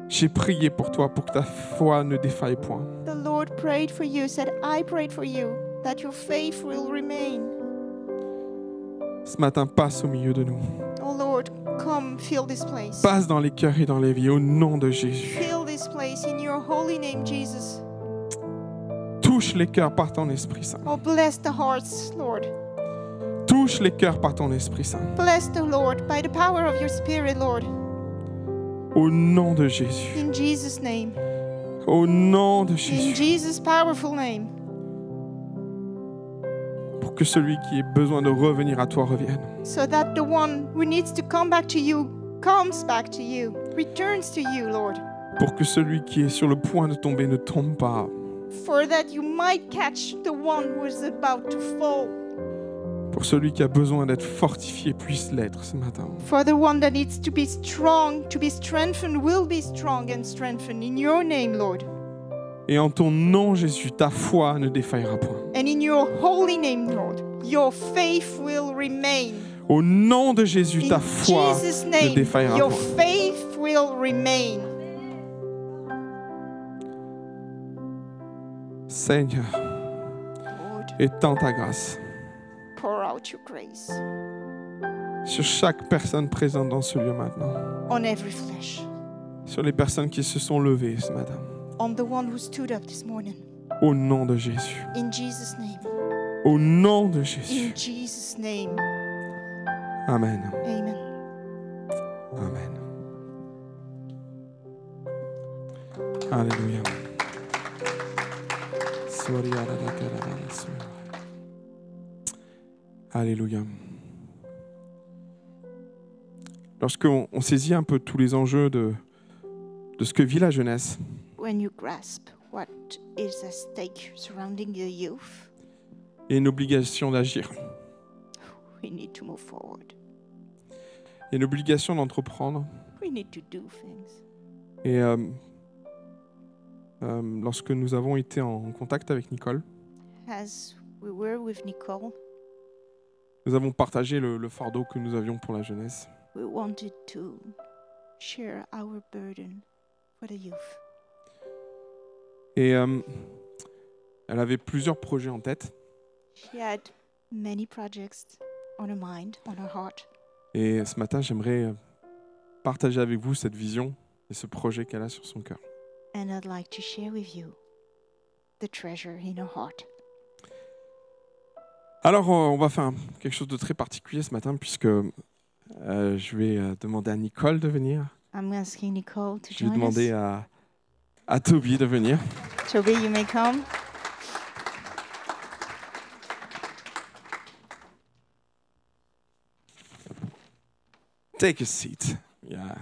A: J'ai prié pour toi pour que ta foi ne défaille point.
B: The Lord prayed for you. Said, "I prayed for you that your faith will remain."
A: Ce matin, passe au milieu de nous.
B: Oh Lord, come fill this place.
A: Passe dans les cœurs et dans les vies au nom de Jésus.
B: Fill this place in your holy name, Jesus.
A: Touche les cœurs par ton Esprit Saint.
B: Oh, bless the hearts, Lord.
A: Touche les cœurs par ton Esprit Saint.
B: Bless the Lord by the power of your Spirit, Lord.
A: Au nom de Jésus.
B: In Jesus' name.
A: Au nom de
B: In
A: Jésus.
B: Jesus' powerful name.
A: Pour que celui qui ait besoin de revenir à toi revienne.
B: So that the one who needs to come back to you comes back to you, returns to you, Lord.
A: Pour que celui qui est sur le point de tomber ne tombe pas.
B: For that you might catch the one who is about to fall.
A: Pour celui qui a besoin d'être fortifié puisse l'être ce matin.
B: For the one that needs to be strong, to be strengthened, will be strong and strengthened in your name, Lord.
A: Et en ton nom, Jésus, ta foi ne défaillera point.
B: And in your holy name, Lord, your faith will remain.
A: Au nom de Jésus,
B: In
A: ta foi
B: Jesus'
A: ne
B: name,
A: défaillera
B: your
A: point.
B: faith will remain.
A: Seigneur,
B: Lord,
A: étends ta grâce
B: pour out your grace
A: sur chaque personne présente dans ce lieu maintenant,
B: on every flesh,
A: sur les personnes qui se sont levées ce matin.
B: on the one who stood up this morning.
A: Au nom de Jésus.
B: In Jesus' name.
A: Au nom de
B: In
A: Jésus.
B: Jesus' name. Mm.
A: Amen.
B: Amen.
A: Amen. Alléluia. Alléluia. Lorsqu'on on saisit un peu tous les enjeux de, de ce que vit la jeunesse,
B: when you grasp what is at stake surrounding the youth,
A: il y a une obligation d'agir,
B: we need to move forward.
A: il y a une obligation d'entreprendre.
B: We need to do things.
A: Et euh, euh, lorsque nous avons été en contact avec Nicole,
B: As we were with Nicole,
A: nous avons partagé le- le fardeau que nous avions pour la jeunesse.
B: we wanted to share our burden for the youth.
A: Et euh, elle avait plusieurs projets en tête.
B: She had many projects on her mind, on her heart.
A: Et ce matin, j'aimerais euh, partager avec vous cette vision et ce projet qu'elle a sur son cœur.
B: And I'd like to share with you the treasure in her heart.
A: Alors, euh, on va faire un- quelque chose de très particulier ce matin, puisque euh, je vais euh, demander à Nicole de venir.
B: I'm asking Nicole to
A: Je vais
B: join
A: demander euh,
B: us.
A: à, à Toby de venir.
B: Toby, you may come.
A: Take a seat. Yeah.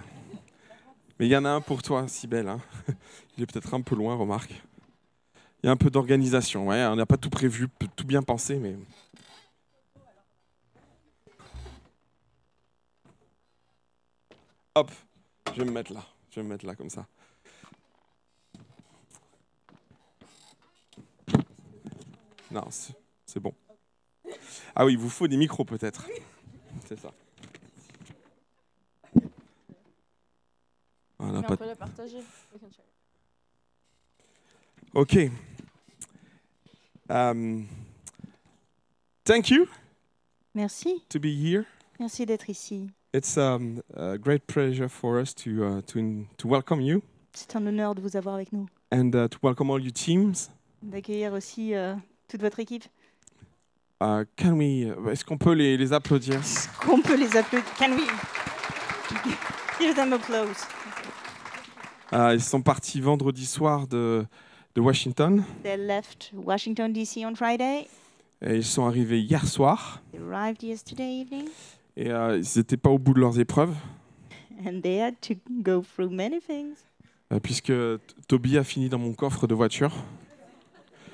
A: Mais il y en a un pour toi, hein. si belle. Il est peut-être un peu loin, remarque. Il y a un peu d'organisation. ouais, On n'a pas tout prévu, p- tout bien pensé, mais. Hop, je vais me mettre là. Je vais me mettre là comme ça. Non, c'est c'est bon. Ah oui, il vous faut des micros peut-être. C'est ça. Voilà, pas
C: Mais on
A: de-
C: peut le partager. We can share.
A: Ok. Um, thank you
B: Merci.
A: to be here.
B: Merci d'être ici.
A: It's um, a great pleasure for us to uh, to in, to welcome you
B: C'est un honneur de vous avoir avec nous.
A: and uh, to welcome all your teams.
B: d'accueillir aussi euh, toute votre équipe.
A: Uh, can we? uh, Est-ce qu'on peut les, les applaudir?
B: Qu'on peut les applaudir. Can we give them applause?
A: Uh, ils sont partis vendredi soir de de Washington
B: They left Washington D.C. on Friday.
A: et ils sont arrivés hier soir
B: They arrived yesterday evening,
A: et uh, ils n'étaient pas au bout de leurs épreuves
B: and they had to go through many things.
A: euh, puisque T- Toby a fini dans mon coffre de voiture.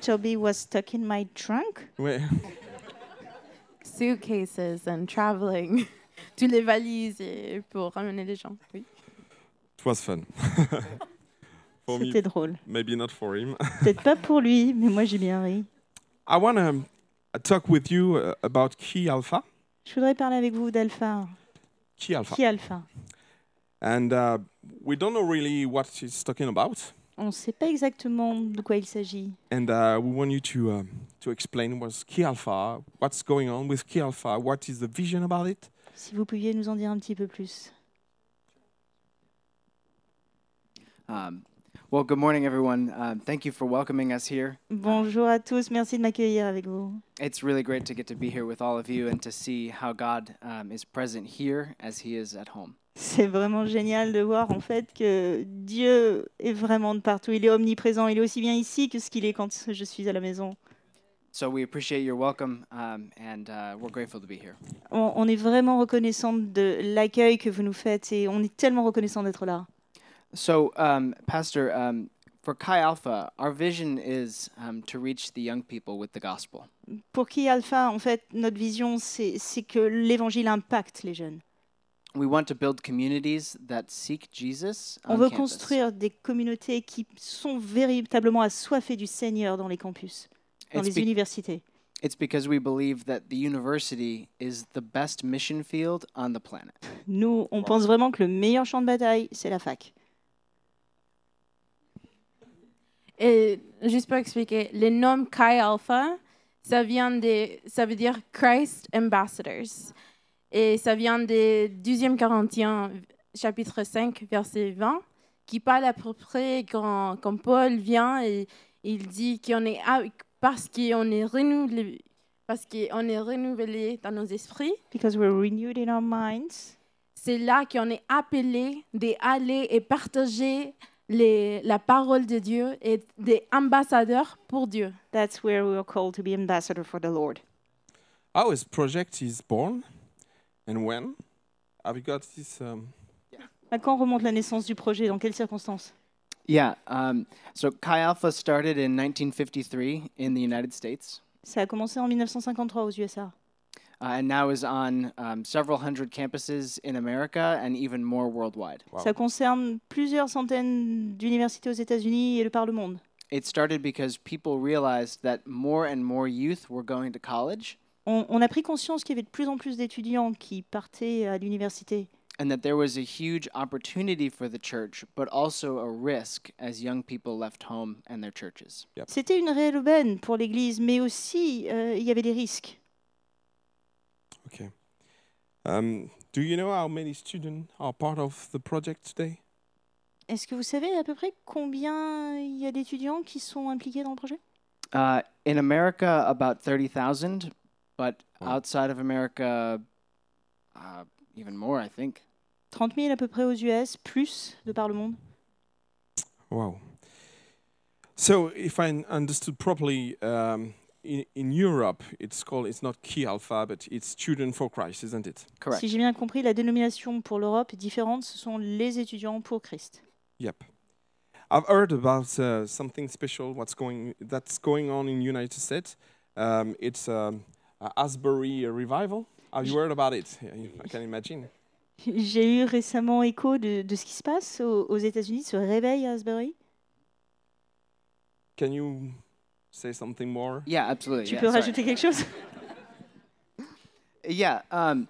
B: Toby was stuck in my trunk.
A: Ouais.
C: Suitcases and traveling. Tous les valises et pour ramener les gens. Oui.
A: It was fun. for me,
B: C'était drôle.
A: maybe not for him.
B: Peut-être pas pour lui, mais moi j'ai bien ri.
A: I want to talk with you uh, about Key Alpha.
B: Je voudrais parler avec vous d'Alpha.
A: Key Alpha.
B: Qui est Alpha
A: And uh, we don't know really what she's talking about.
B: On ne sait pas exactement de quoi il s'agit.
A: And uh, we want you to, um, to explain what's Key Alpha, what's going on with Key Alpha, what is the vision about it.
B: Si vous pouviez nous en dire un petit peu plus.
D: Um, well, good morning, everyone. Um, thank you for welcoming us here.
B: Bonjour à tous, merci de m'accueillir avec vous.
D: It's really great to get to be here with all of you and to see how God um, is present here as He is at home.
B: C'est vraiment génial de voir en fait que Dieu est vraiment de partout. Il est omniprésent. Il est aussi bien ici que ce qu'il est quand je suis à la maison.
D: So we appreciate your welcome, um, and uh, we're grateful to be here.
B: On, on est vraiment reconnaissant de l'accueil que vous nous faites et on est tellement reconnaissant d'être là.
D: So, um, Pastor, um, for Chi Alpha, our vision is um, to reach the young people with the gospel.
B: Pour qui Alpha, en fait, notre vision, c'est c'est que l'évangile impacte les jeunes.
D: We want to build communities that seek Jesus
B: On
D: on
B: veut
D: campus.
B: construire des communautés qui sont véritablement assoiffées du Seigneur dans les campus, dans
D: It's
B: les
D: be-
B: universités.
D: It's because we believe that the university is the best mission field on the planet.
B: Nous, on pense vraiment que le meilleur champ de bataille, c'est la fac.
C: Et juste pour expliquer, le nom Chi Alpha, ça vient de, ça veut dire Christ Ambassadors. Et ça vient de 2e Corinthiens, chapitre 5, verset 20, qui parle à peu près quand, quand Paul vient et il dit qu'on est, ah, parce qu'on est renouvelé, parce qu'on est renouvelé dans nos esprits,
B: Because we're renewed in our minds.
C: c'est là qu'on est appelé d'aller et partager les- la parole de Dieu et des ambassadeurs pour Dieu.
B: That's where we are called to be ambassador for the Lord.
A: How is project is born and when? Have you got this? um,
B: À quand remonte la naissance du projet Dans quelles circonstances
D: Yeah. Um, so Chi Alpha started in 1953 in the United States,
B: Ça a commencé en 1953 aux USA.
D: uh, and now is on um, several hundred campuses in America and even more worldwide.
A: Wow.
B: Ça concerne plusieurs centaines d'universités aux États-Unis et le par le monde.
D: It started because people realized that more and more youth were going to college,
B: On, on a pris conscience qu'il y avait de plus en plus d'étudiants qui partaient à l'université
D: and that there was a huge opportunity for the church, but also a risk as young people left home and their churches.
B: C'était une réelle aubaine pour l'Église, mais aussi euh, il y avait des risques.
A: Okay. Um, do you know how many students are part of the project today?
B: Est-ce que vous savez à peu près combien il y a d'étudiants qui sont impliqués dans le projet
D: Uh, in America, about 30,000, but
A: Wow.
D: outside of America, uh, even more, I think.
B: 30 000 à peu près aux US, plus de par le monde.
A: Wow. So, if I un- understood properly, um, in, in Europe, it's called it's not Key Alpha, but it's Student for Christ, isn't it?
D: Correct.
B: Si j'ai bien compris, la dénomination pour l'Europe est différente, ce sont les étudiants pour Christ.
A: Yep. I've heard about uh, something special what's going that's going on in United States. Um, it's um, a Asbury revival. Have you heard about it? Yeah, you- I can imagine.
B: J'ai eu récemment écho de, de ce qui se passe aux, aux États-Unis, ce réveil à Asbury.
A: Can you say something more?
D: Yeah, absolutely.
B: Tu
D: yeah,
B: peux
D: sorry.
B: rajouter quelque chose
D: Yeah. Um,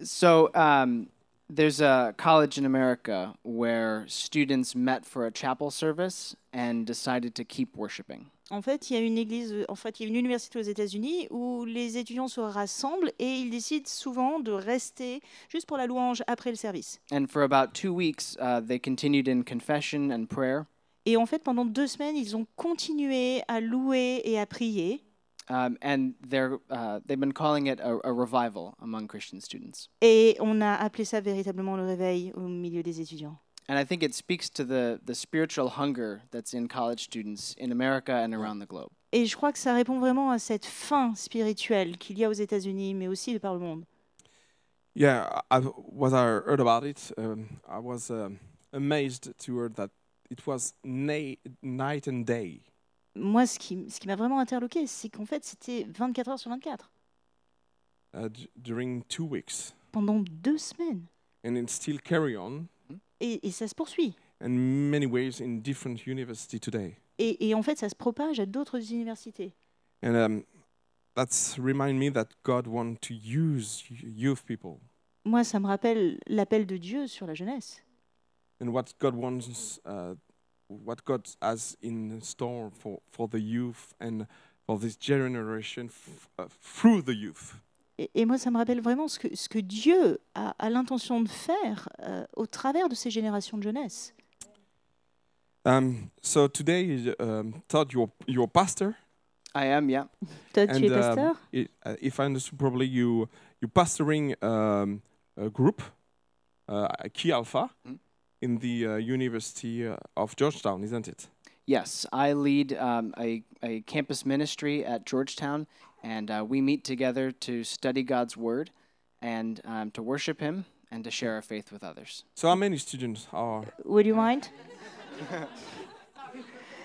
D: so um, there's a college in America where students met for a chapel service and decided to keep worshiping.
B: En fait, il y a une église, euh, en fait, il y a une université aux États-Unis où les étudiants se rassemblent et ils décident souvent de rester juste pour la louange après le service.
D: And for about two weeks, uh, they continued in confession and prayer.
B: Et en fait, pendant deux semaines, ils ont continué à louer et à prier.
D: Um, and they're, uh, they've been calling it a, a revival among Christian students.
B: Et on a appelé ça véritablement le réveil au milieu des étudiants.
D: And I think it speaks to the, the spiritual hunger that's in college students in America and around the globe.
B: Et je crois que ça répond vraiment à cette faim spirituelle qu'il y a aux États-Unis, mais aussi de par le monde.
A: Yeah, I I've- was I heard about it. Um, I was um, amazed to hear that it was na- night and day.
B: Moi, ce qui, ce qui m'a vraiment interloqué, c'est qu'en fait, c'était 24 heures sur 24,
A: uh, d- during two weeks,
B: pendant deux semaines.
A: and it still carry on
B: Et- et ça se poursuit.
A: in many ways in different university today.
B: Et, et en fait, ça se propage à d'autres universités.
A: And um, that's remind me that God wants to use y- youth people,
B: Moi, ça me rappelle l'appel de Dieu sur la jeunesse.
A: and what God wants, uh, what God has in store for for the youth and for this generation f- uh, through the youth.
B: Et, et moi, ça me rappelle vraiment ce que, ce que Dieu a, a l'intention de faire euh, au travers de ces générations de jeunesse.
A: Um, so today, um, Todd, your your pastor,
D: I am, yeah.
B: Todd, tu es
A: um,
B: pasteur
A: i- uh, if I understood properly, you you pastoring um, a group, uh, a Key Alpha,
D: Mm.
A: in the uh, University uh, of Georgetown, isn't it?
D: Yes, I lead um, a, a campus ministry at Georgetown, and uh, we meet together to study God's Word and um, to worship Him and to share our faith with others.
A: So how many students are?
B: Would you mind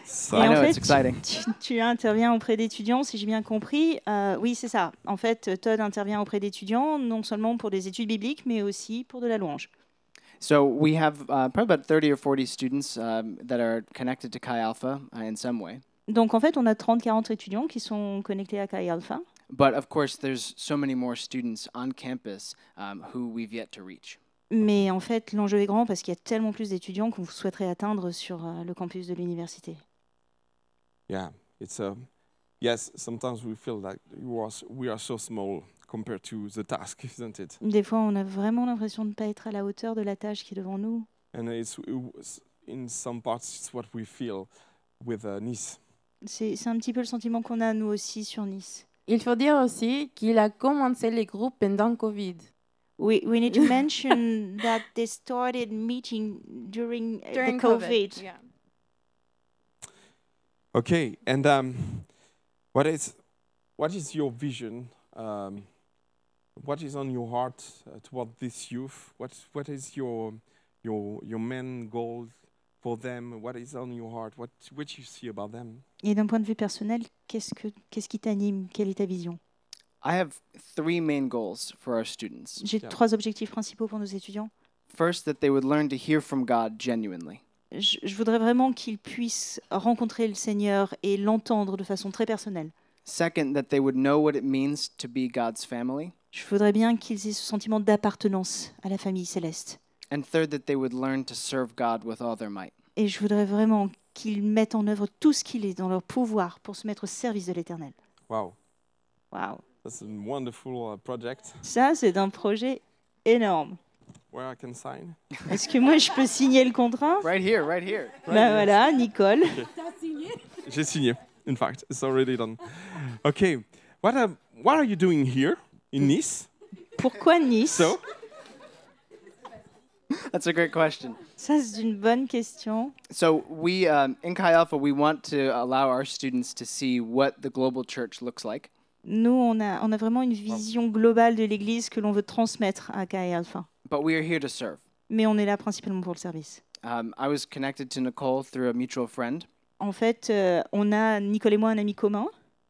A: Ça,
D: I
B: Et en
D: know, it's
B: fait,
D: exciting.
B: Tu, tu interviens auprès d'étudiants, si j'ai bien compris. Euh, oui, c'est ça. En fait, Todd intervient auprès d'étudiants, non seulement pour des études bibliques, mais aussi pour de la louange.
D: So we have uh, probably about 30 or 40 students um, that are connected to Chi Alpha uh, in some way.
B: Donc, en fait, on a 30-40 étudiants qui sont connectés à Kai Alpha.
D: But of course, there's so many more students on campus um, who we've yet to reach.
B: Mais en fait, l'enjeu est grand parce qu'il y a tellement plus d'étudiants qu'on souhaiterait atteindre sur euh, le campus de l'université.
A: yeah, it's a yes. Sometimes we feel like it was we are so small compared to the task, isn't it?
B: Des fois, on a vraiment l'impression de ne pas être à la hauteur de la tâche qui est devant nous.
A: And it's it was- in some parts it's what we feel with uh, Nice.
B: C'est c'est un petit peu le sentiment qu'on a, nous aussi, sur Nice.
C: Il faut dire aussi qu'il a commencé les groupes pendant Covid.
B: We, we need to mention that they started meeting during, uh, the COVID.
C: yeah.
A: Okay, and um, what is what is your vision? Um, what is on your heart uh, toward this youth? What what is your your your main goal for them? What is on your heart? What what you see about them?
B: Et d'un point de vue personnel, qu'est-ce que- qu'est-ce qui t'anime Quelle est ta vision
D: I have three main goals for our students.
B: J'ai
A: Bien.
B: trois objectifs principaux pour nos étudiants.
D: First, that they would learn to hear from God genuinely.
B: Je, je voudrais vraiment qu'ils puissent rencontrer le Seigneur et l'entendre de façon très personnelle.
D: Second, that they would know what it means to be God's family.
B: Je voudrais bien qu'ils aient ce sentiment d'appartenance à la famille céleste.
D: And third, that they would learn to serve God with all their might.
B: Et je voudrais vraiment qu'ils mettent en œuvre tout ce qu'il est dans leur pouvoir pour se mettre au service de l'Éternel.
A: Wow,
B: Waouh
A: that's a wonderful uh, project.
B: Ça, c'est un projet énorme.
A: Where I can sign?
B: Est-ce que moi, je peux signer le contrat
D: Right here, right here.
B: Ben voilà, Nicole.
A: J'ai signé. In fact, it's already done. Okay, what are, what are you doing here in Nice?
B: Pourquoi Nice
A: So,
D: That's a great question.
B: Ça, c'est une bonne question.
D: So we um, in Chi Alpha, we want to allow our students to see what the global church looks like.
B: Nous, on a, on a vraiment une vision globale de l'Église que l'on veut transmettre à Kai Alpha.
D: But we are here to serve.
B: Mais on est là principalement pour le service.
D: Um, I was connected to Nicole through a mutual friend
B: En fait, euh, on a, Nicole et moi, un ami commun.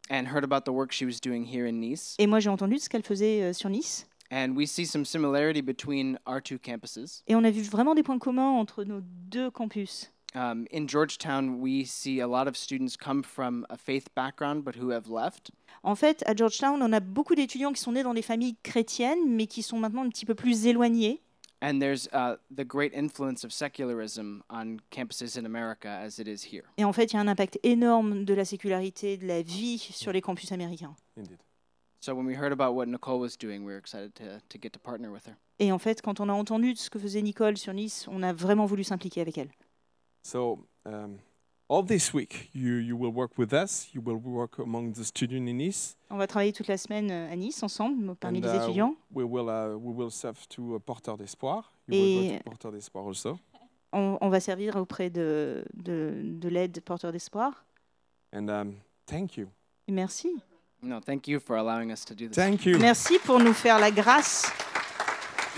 D: and heard about the work she was doing here in Nice.
B: Et moi, j'ai entendu ce qu'elle faisait euh, sur Nice.
D: And we see some similarity between our two campuses.
B: Et on a vu vraiment des points communs entre nos deux campus.
D: Um, in Georgetown, we see a lot of students come from a faith background but who have left.
B: En fait, à Georgetown, on a beaucoup d'étudiants qui sont nés dans des familles chrétiennes, mais qui sont maintenant un petit peu plus éloignés.
D: And there's uh, the great influence of secularism on campuses in America as it is here.
B: Et en fait, il y a un impact énorme de la sécularité, de la vie sur les campus américains.
A: indeed.
D: So when we heard about what Nicole was doing, we were excited to, to get to partner with her.
B: Et en fait, quand on a entendu ce que faisait Nicole sur Nice, on a vraiment voulu s'impliquer avec elle.
A: So, um, all this week, you, you will work with us, you will work among the students in Nice,
B: On va travailler toute la semaine euh, à Nice ensemble, parmi
A: and,
B: les
A: uh,
B: étudiants.
A: we will, uh, we will serve to uh, Porteur d'Espoir. You will go
B: Et-
A: to Porteur d'Espoir also.
B: On, on va servir auprès de, de, de l'aide porteur d'espoir.
A: And um, thank you.
B: Et Merci.
D: No, thank you for allowing us to do this.
A: Thank you.
B: Merci pour nous faire la grâce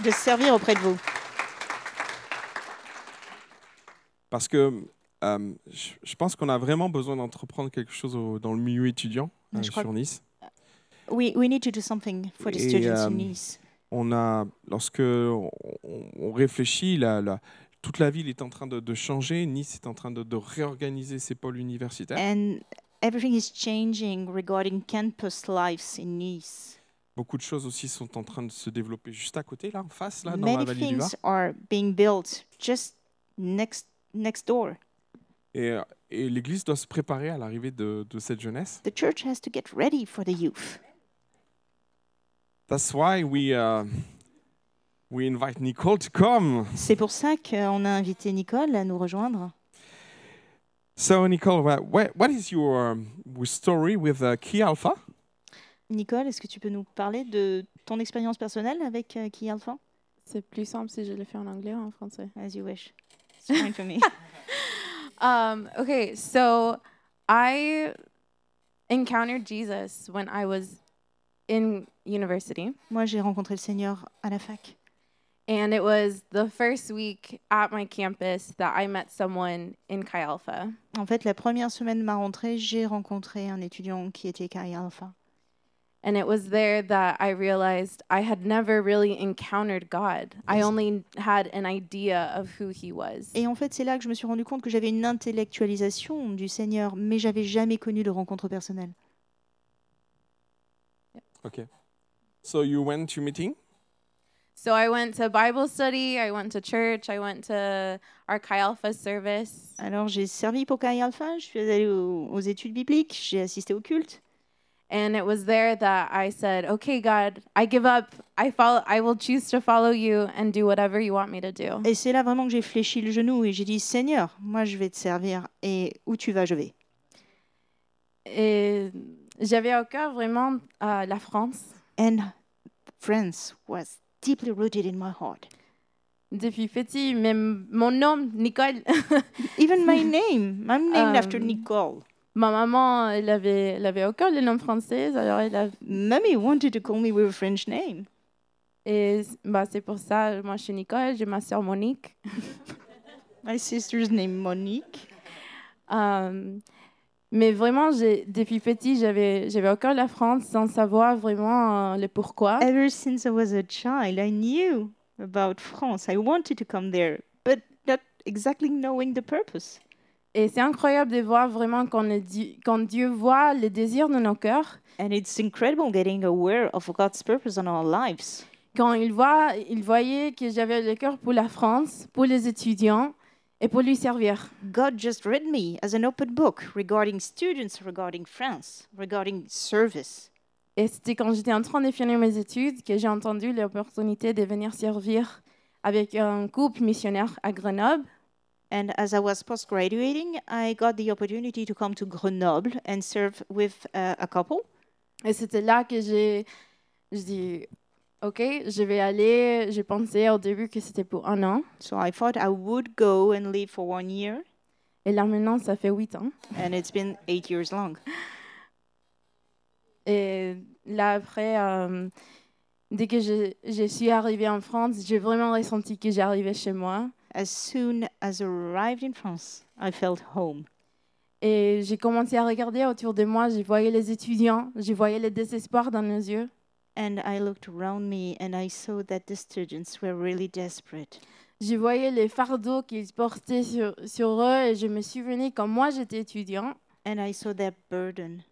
B: de servir auprès de vous.
A: Parce que euh, je, je pense qu'on a vraiment besoin d'entreprendre quelque chose au- dans le milieu étudiant
B: Ouais,
A: euh,
B: je crois
A: sur Nice.
B: We, we need to do something for the
A: Et,
B: students in
A: euh,
B: Nice.
A: on a, lorsque on, on- on réfléchit, la, la- toute la ville est en train de, de changer. Nice est en train de, de réorganiser ses pôles universitaires.
B: And everything is changing regarding campus lives in Nice.
A: Beaucoup de choses aussi sont en train de se développer juste à côté, là, en face, là, dans la
B: Many
A: vallée du Var.
B: things are being built just next, next door.
A: Et, euh, et l'Église doit se préparer à l'arrivée de, de cette jeunesse.
B: The church has to get ready for the youth.
A: That's why we, uh, we invite Nicole to come.
B: C'est pour ça qu'on a invité Nicole à nous rejoindre.
A: So, Nicole, wha- wha- what is your um, story with uh, Key Alpha?
B: Nicole, est-ce que tu peux nous parler de ton expérience personnelle avec euh, Key Alpha
C: C'est plus simple si je le fais en anglais ou en français.
B: As you wish. It's fine for me.
C: Um, okay, so I encountered Jesus when I was in university.
B: Moi, j'ai rencontré le Seigneur à la fac.
C: And it was the first week at my campus that I met someone in Chi Alpha.
B: En fait, la première semaine de ma rentrée, j'ai rencontré un étudiant qui était Chi Alpha.
C: And it was there that I realized I had never really encountered God. I only had an idea of who he was.
B: Et en fait, c'est là que je me suis rendu compte que j'avais une intellectualisation du Seigneur, mais j'avais jamais connu de rencontre personnelle.
A: Okay. So you went to meeting.
C: So I went to Bible study, I went to church, I went to our Chi Alpha service.
B: Alors, j'ai servi pour Chi Alpha, je suis allée au- aux études bibliques, j'ai assisté au culte.
C: And it was there that I said, "Okay, God, I give up. I follow I will choose to follow you and do whatever you want me to do."
B: Et c'est là vraiment que j'ai fléchi le genou et j'ai dit Seigneur, moi je vais te servir et où tu vas, je vais.
C: Et j'avais au cœur vraiment euh, la France
B: And France was deeply rooted in my heart.
C: depuis petit, mais m- mon nom, Nicole,
B: Even my name, I'm named after
C: Um,
B: Nicole.
C: ma maman, elle avait, elle avait au cœur le nom français, alors elle a-
B: Mommy wanted to call me with a French name.
C: et c- bah, c'est pour ça, moi je suis Nicole, j'ai ma soeur Monique.
B: My sister's name Monique.
C: Euh, mais vraiment, j'ai- depuis petit, j'avais, j'avais au cœur la France sans savoir vraiment euh, le pourquoi.
B: Ever since I was a child, I knew about France. I wanted to come there, but not exactly knowing the purpose.
C: Et c'est incroyable de voir vraiment quand, le Dieu, quand Dieu voit le désir de nos cœurs,
B: And it's incredible getting aware of God's purpose on our lives.
C: quand il voit, il voyait que j'avais le cœur pour la France, pour les étudiants et pour lui servir.
B: God just read me as an open book regarding students, regarding France, regarding service.
C: Et c'était quand j'étais en train de finir mes études que j'ai entendu l'opportunité de venir servir avec un couple missionnaire à Grenoble.
B: And as I was post graduating, I got the opportunity to come to Grenoble and serve with uh, a couple.
C: Et c'était là que j'ai je dis OK, je vais aller, j'ai pensé au début que c'était pour un an
B: So I thought I would go and live for one year,
C: et là maintenant ça fait huit ans.
B: and it's been eight years long.
C: Et là, après, euh, dès que je, je suis arrivée en France, j'ai vraiment ressenti que j'arrivais chez moi.
B: As soon as I arrived in France, I felt home.
C: Et j'ai commencé à regarder autour de moi, j'ai voyais les étudiants, j'ai voyais le désespoir dans nos yeux.
B: And I looked around me and I saw that the students were really desperate.
C: Je voyais les fardeaux qu'ils portaient sur, sur eux et je me souvenais quand moi j'étais étudiant,
B: And I saw their burden.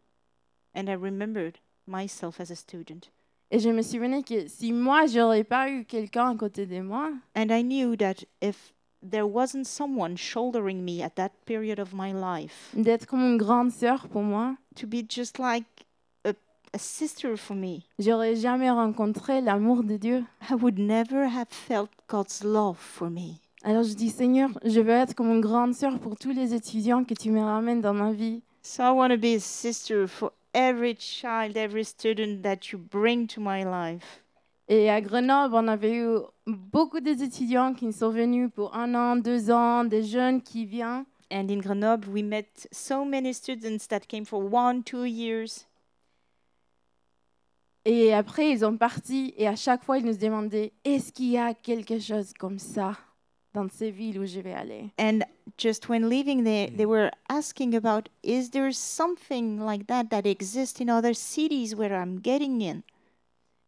B: And I remembered myself as a student.
C: et je me souvenais que si moi j'aurais pas eu quelqu'un à côté de moi,
B: And I knew that if there wasn't someone shouldering me at that period of my life,
C: d'être comme une grande sœur pour moi,
B: to be just like a, a sister for me,
C: j'aurais jamais rencontré l'amour de Dieu.
B: I would never have felt God's love for me.
C: Alors je dis, Seigneur, je veux être comme une grande sœur pour tous les étudiants que tu me ramènes dans ma vie.
B: So I want to be a sister for every child, every student that you bring to my life.
C: Et à Grenoble, on avait eu beaucoup des étudiants qui sont venus pour un an, deux ans, des jeunes qui viennent.
B: And in Grenoble, we met so many students that came for one, two years.
C: Et après, ils ont parti et à chaque fois, ils nous demandaient, est-ce qu'il y a quelque chose comme ça dans ces villes où je vais aller
B: And just when leaving there, they were asking about is there something like that that exists in other cities where I'm getting in?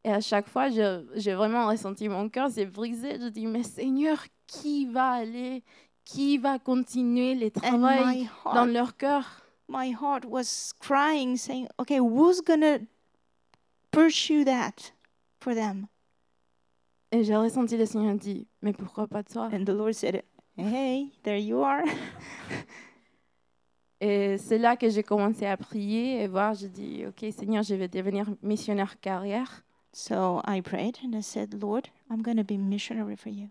C: Et à chaque fois, je- j'ai vraiment ressenti mon cœur s'est brisé. Je dis, mais Seigneur, qui va aller Qui va continuer les
B: And my
C: travaux dans
B: heart,
C: leur cœur
B: my heart was crying, saying, okay, who's gonna pursue that for them?
C: Et j'ai ressenti le Seigneur dit, mais pourquoi pas toi
B: And the Lord said, hey, there you are.
C: Et c'est là que j'ai commencé à prier et voir, j'ai dit, ok Seigneur, je vais devenir missionnaire carrière.
B: So I prayed and I said, Lord, I'm gonna be missionary for you.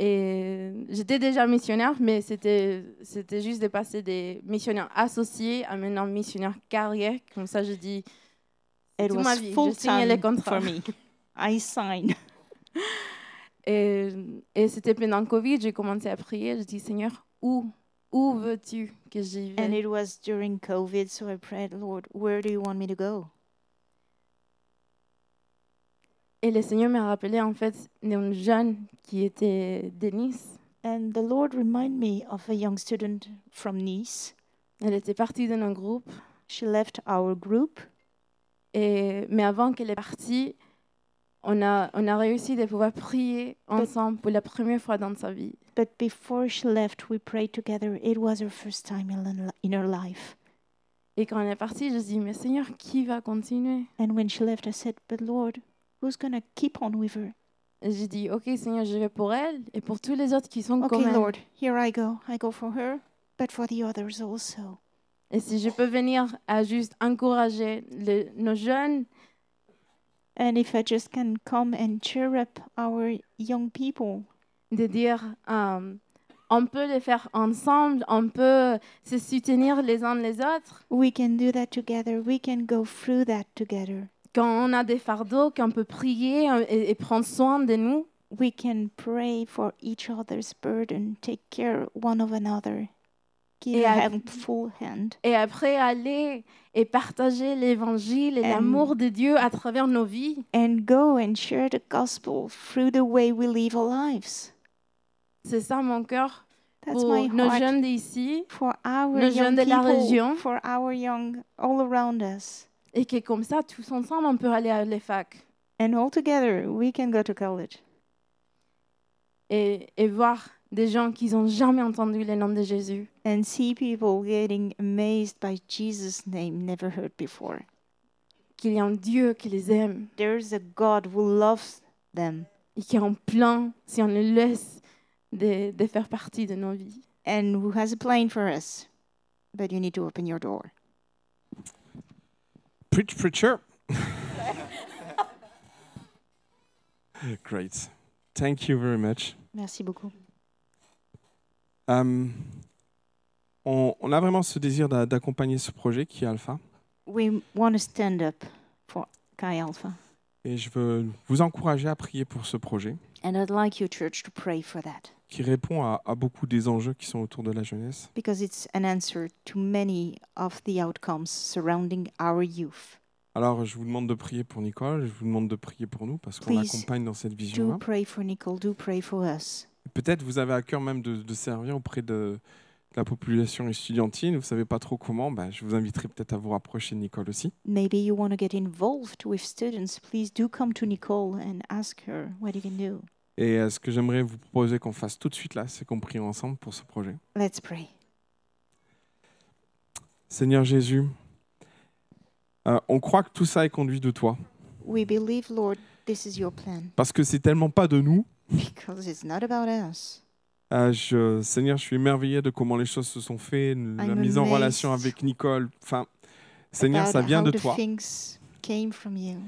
C: Et j'étais déjà missionnaire, mais c'était c'était juste de passer des missionnaires associés à maintenant missionnaire carrière. Comme ça, je dis,
B: It
C: Tout ma
B: was
C: vie, je
B: full
C: signais les
B: time for
C: contrats.
B: me. I signed.
C: et, et c'était pendant Covid, j'ai commencé à prier. Je dis, Seigneur, où où veux-tu que j'y
B: And
C: vais
B: it was during COVID, so I prayed, Lord, where do you want me to go?
C: Et le Seigneur m'a rappelé en fait d'une jeune qui était de Nice.
B: And the Lord reminded me of a young student from Nice.
C: Elle était partie de notre groupe.
B: She left our group,
C: Et, mais avant qu'elle est partie, on a, on a réussi de pouvoir prier ensemble pour la première fois dans sa vie.
B: but before she left, we prayed together. It was her first time in, in her life.
C: Et quand elle est partie, je me suis dit, mais Seigneur, qui va continuer
B: And when she left, I said, But Lord, who's going to keep on with her?
C: Et J'ai dit, ok Seigneur, je vais pour elle et pour tous les autres qui sont
B: Okay,
C: comme elle.
B: Lord, here I go. I go for her, but for the others also.
C: Et si je peux venir à juste encourager le- nos jeunes,
B: And if I just can come and cheer up our young people,
C: de dire, euh, on peut les faire ensemble, on peut se soutenir les uns les autres.
B: we can do that together. We can go through that together.
C: Quand on a des fardeaux, qu'on peut prier euh, et, et prendre soin de nous.
B: We can pray for each other's burden, take care one of another, give
C: Et
B: a
C: à-
B: helpful hand,
C: Et après aller et partager l'évangile et
B: Euh,
C: l'amour de Dieu à travers nos vies.
B: and go and share the gospel through the way we live our lives.
C: C'est ça mon cœur
B: That's
C: pour
B: my
C: nos
B: heart.
C: jeunes d'ici.
B: for our
C: nos
B: young
C: jeunes de la
B: people,
C: région.
B: for our young all around us.
C: Et que comme ça, tous ensemble, on peut aller à les facs.
B: And all together, we can go to college
C: et, et voir des gens qui n'ont jamais entendu le nom de Jésus.
B: and see people getting amazed by Jesus' name never heard before.
C: Qu'il y a un Dieu qui les aime
B: There's a God who loves them
C: et qui a un plan si on le laisse de, de faire partie de nos vies.
B: and who has a plan for us. But you need to open your door.
A: Preach, preacher. Great. Thank you very much.
B: Merci beaucoup.
A: Um, on, on a vraiment ce désir d'a- d'accompagner ce projet qui est Alpha.
B: We want to stand up for Chi Alpha.
A: Et je veux vous encourager à prier pour ce projet
B: And I'd like you, church, to pray for that
A: qui répond à, à beaucoup des enjeux qui sont autour de la jeunesse.
B: because it's an answer to many of the outcomes surrounding our youth.
A: Alors, je vous demande de prier pour Nicole, je vous demande de prier pour nous parce qu'on
B: Please
A: l'accompagne dans cette
B: Do
A: vision-là.
B: pray for Nicole, do pray for us.
A: Peut-être vous avez à cœur même de, de servir auprès de, de la population estudiantine, vous ne savez pas trop comment, ben, je vous inviterai peut-être à vous rapprocher de Nicole aussi.
B: Maybe you want to get involved with students. Please do come to Nicole and ask her what you can do.
A: Et euh, ce que j'aimerais vous proposer qu'on fasse tout de suite là, c'est qu'on prie ensemble pour ce projet.
B: Let's pray.
A: Seigneur Jésus, euh, on croit que tout ça est conduit de toi,
B: We believe, Lord, this is your plan
A: parce que c'est tellement pas de nous.
B: because it's not about us.
A: Euh, je- Seigneur, je suis émerveillé de comment les choses se sont faites, la
B: I'm
A: mise en
B: amazed
A: relation avec Nicole. Enfin, Seigneur,
B: about
A: ça vient
B: how
A: de
B: the
A: toi.
B: things came from you.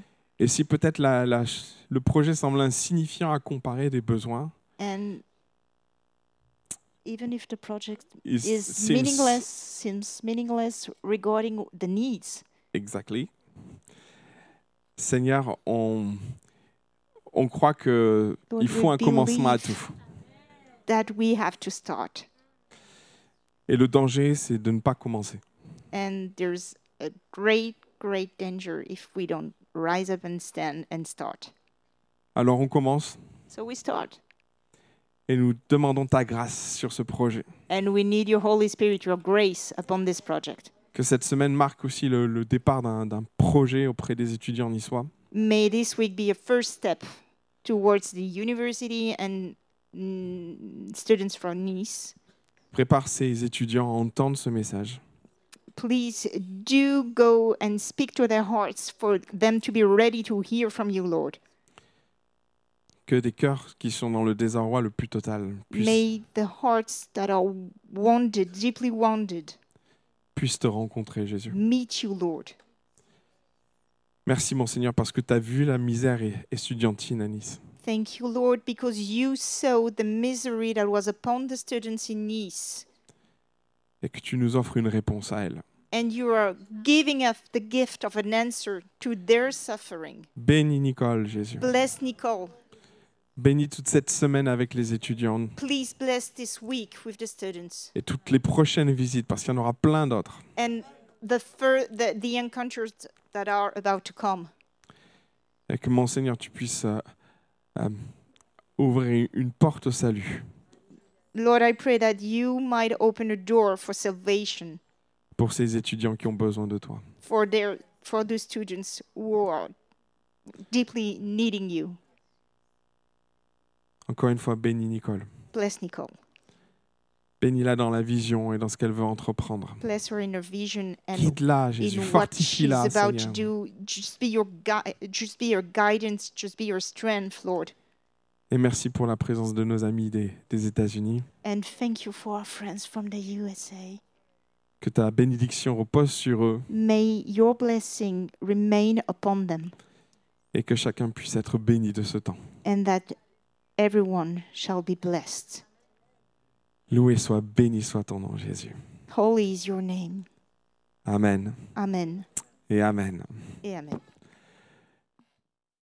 A: Et si peut-être la- la- le projet semble insignifiant à comparer des besoins,
B: And even if the project
A: il
B: is
A: seems-
B: meaningless, seems meaningless regarding the needs,
A: Exactly. Seigneur, on, on croit que
B: Lord,
A: il faut
B: we
A: un commencement à
B: believe.
A: tout.
B: that we have to start.
A: Et le danger, c'est de ne pas commencer.
B: and there's a great great danger if we don't rise up and stand and start
A: Alors on commence
B: so we start
A: et nous demandons ta grâce sur ce projet.
B: and we need your holy spirit your grace upon this project
A: Que cette semaine marque aussi le, le départ d'un d'un projet auprès des étudiants niçois.
B: may this week be a first step towards the university and mm, students from nice
A: Prépare ces étudiants à entendre ce message.
B: please do go and speak to their hearts for them to be ready to hear from you lord
A: Que des cœurs qui sont dans le désarroi le plus total puissent,
B: may the hearts that are wounded deeply wounded
A: puissent te rencontrer, Jésus.
B: meet you lord
A: Merci, mon Seigneur, parce que tu as vu la misère et- estudiantine à Nice.
B: Thank you, Lord, because you saw the misery that was upon the students in Nice,
A: et que tu nous offres une réponse à elle.
B: and you are giving us the gift of an answer to their suffering.
A: Bénis Nicole, Jésus.
B: Bless Nicole.
A: Bénis toute cette semaine avec les étudiants
B: Please bless this week with the students
A: et toutes les prochaines visites, parce qu'il y en aura plein d'autres.
B: and the, fir- the, the encounters that are about to come.
A: Et que mon Seigneur, tu puisses euh, euh, ouvrir une porte au salut
B: Lord, I pray that you might open a door for salvation
A: pour ces étudiants qui ont besoin de toi.
B: for their for the students who are deeply needing you.
A: Encore une fois, bénis Nicole.
B: Bless Nicole.
A: Bénis-la dans la vision et dans ce qu'elle veut entreprendre.
B: Bless her in her vision and
A: Guide-la,
B: in
A: Jésus.
B: what she's
A: Fortifie-la,
B: about to
A: Seigneur.
B: do. Just be your gui- just be your guidance, just be your strength, Lord.
A: Et merci pour la présence de nos amis des, des États-Unis.
B: And thank you for our friends from the USA.
A: Que ta bénédiction repose sur eux
B: May your blessing remain upon them,
A: et que chacun puisse être béni de ce temps.
B: and that everyone shall be blessed.
A: Loué soit, béni soit ton nom, Jésus.
B: Holy is your name.
A: Amen
B: Amen.
A: et Amen.
B: Amen.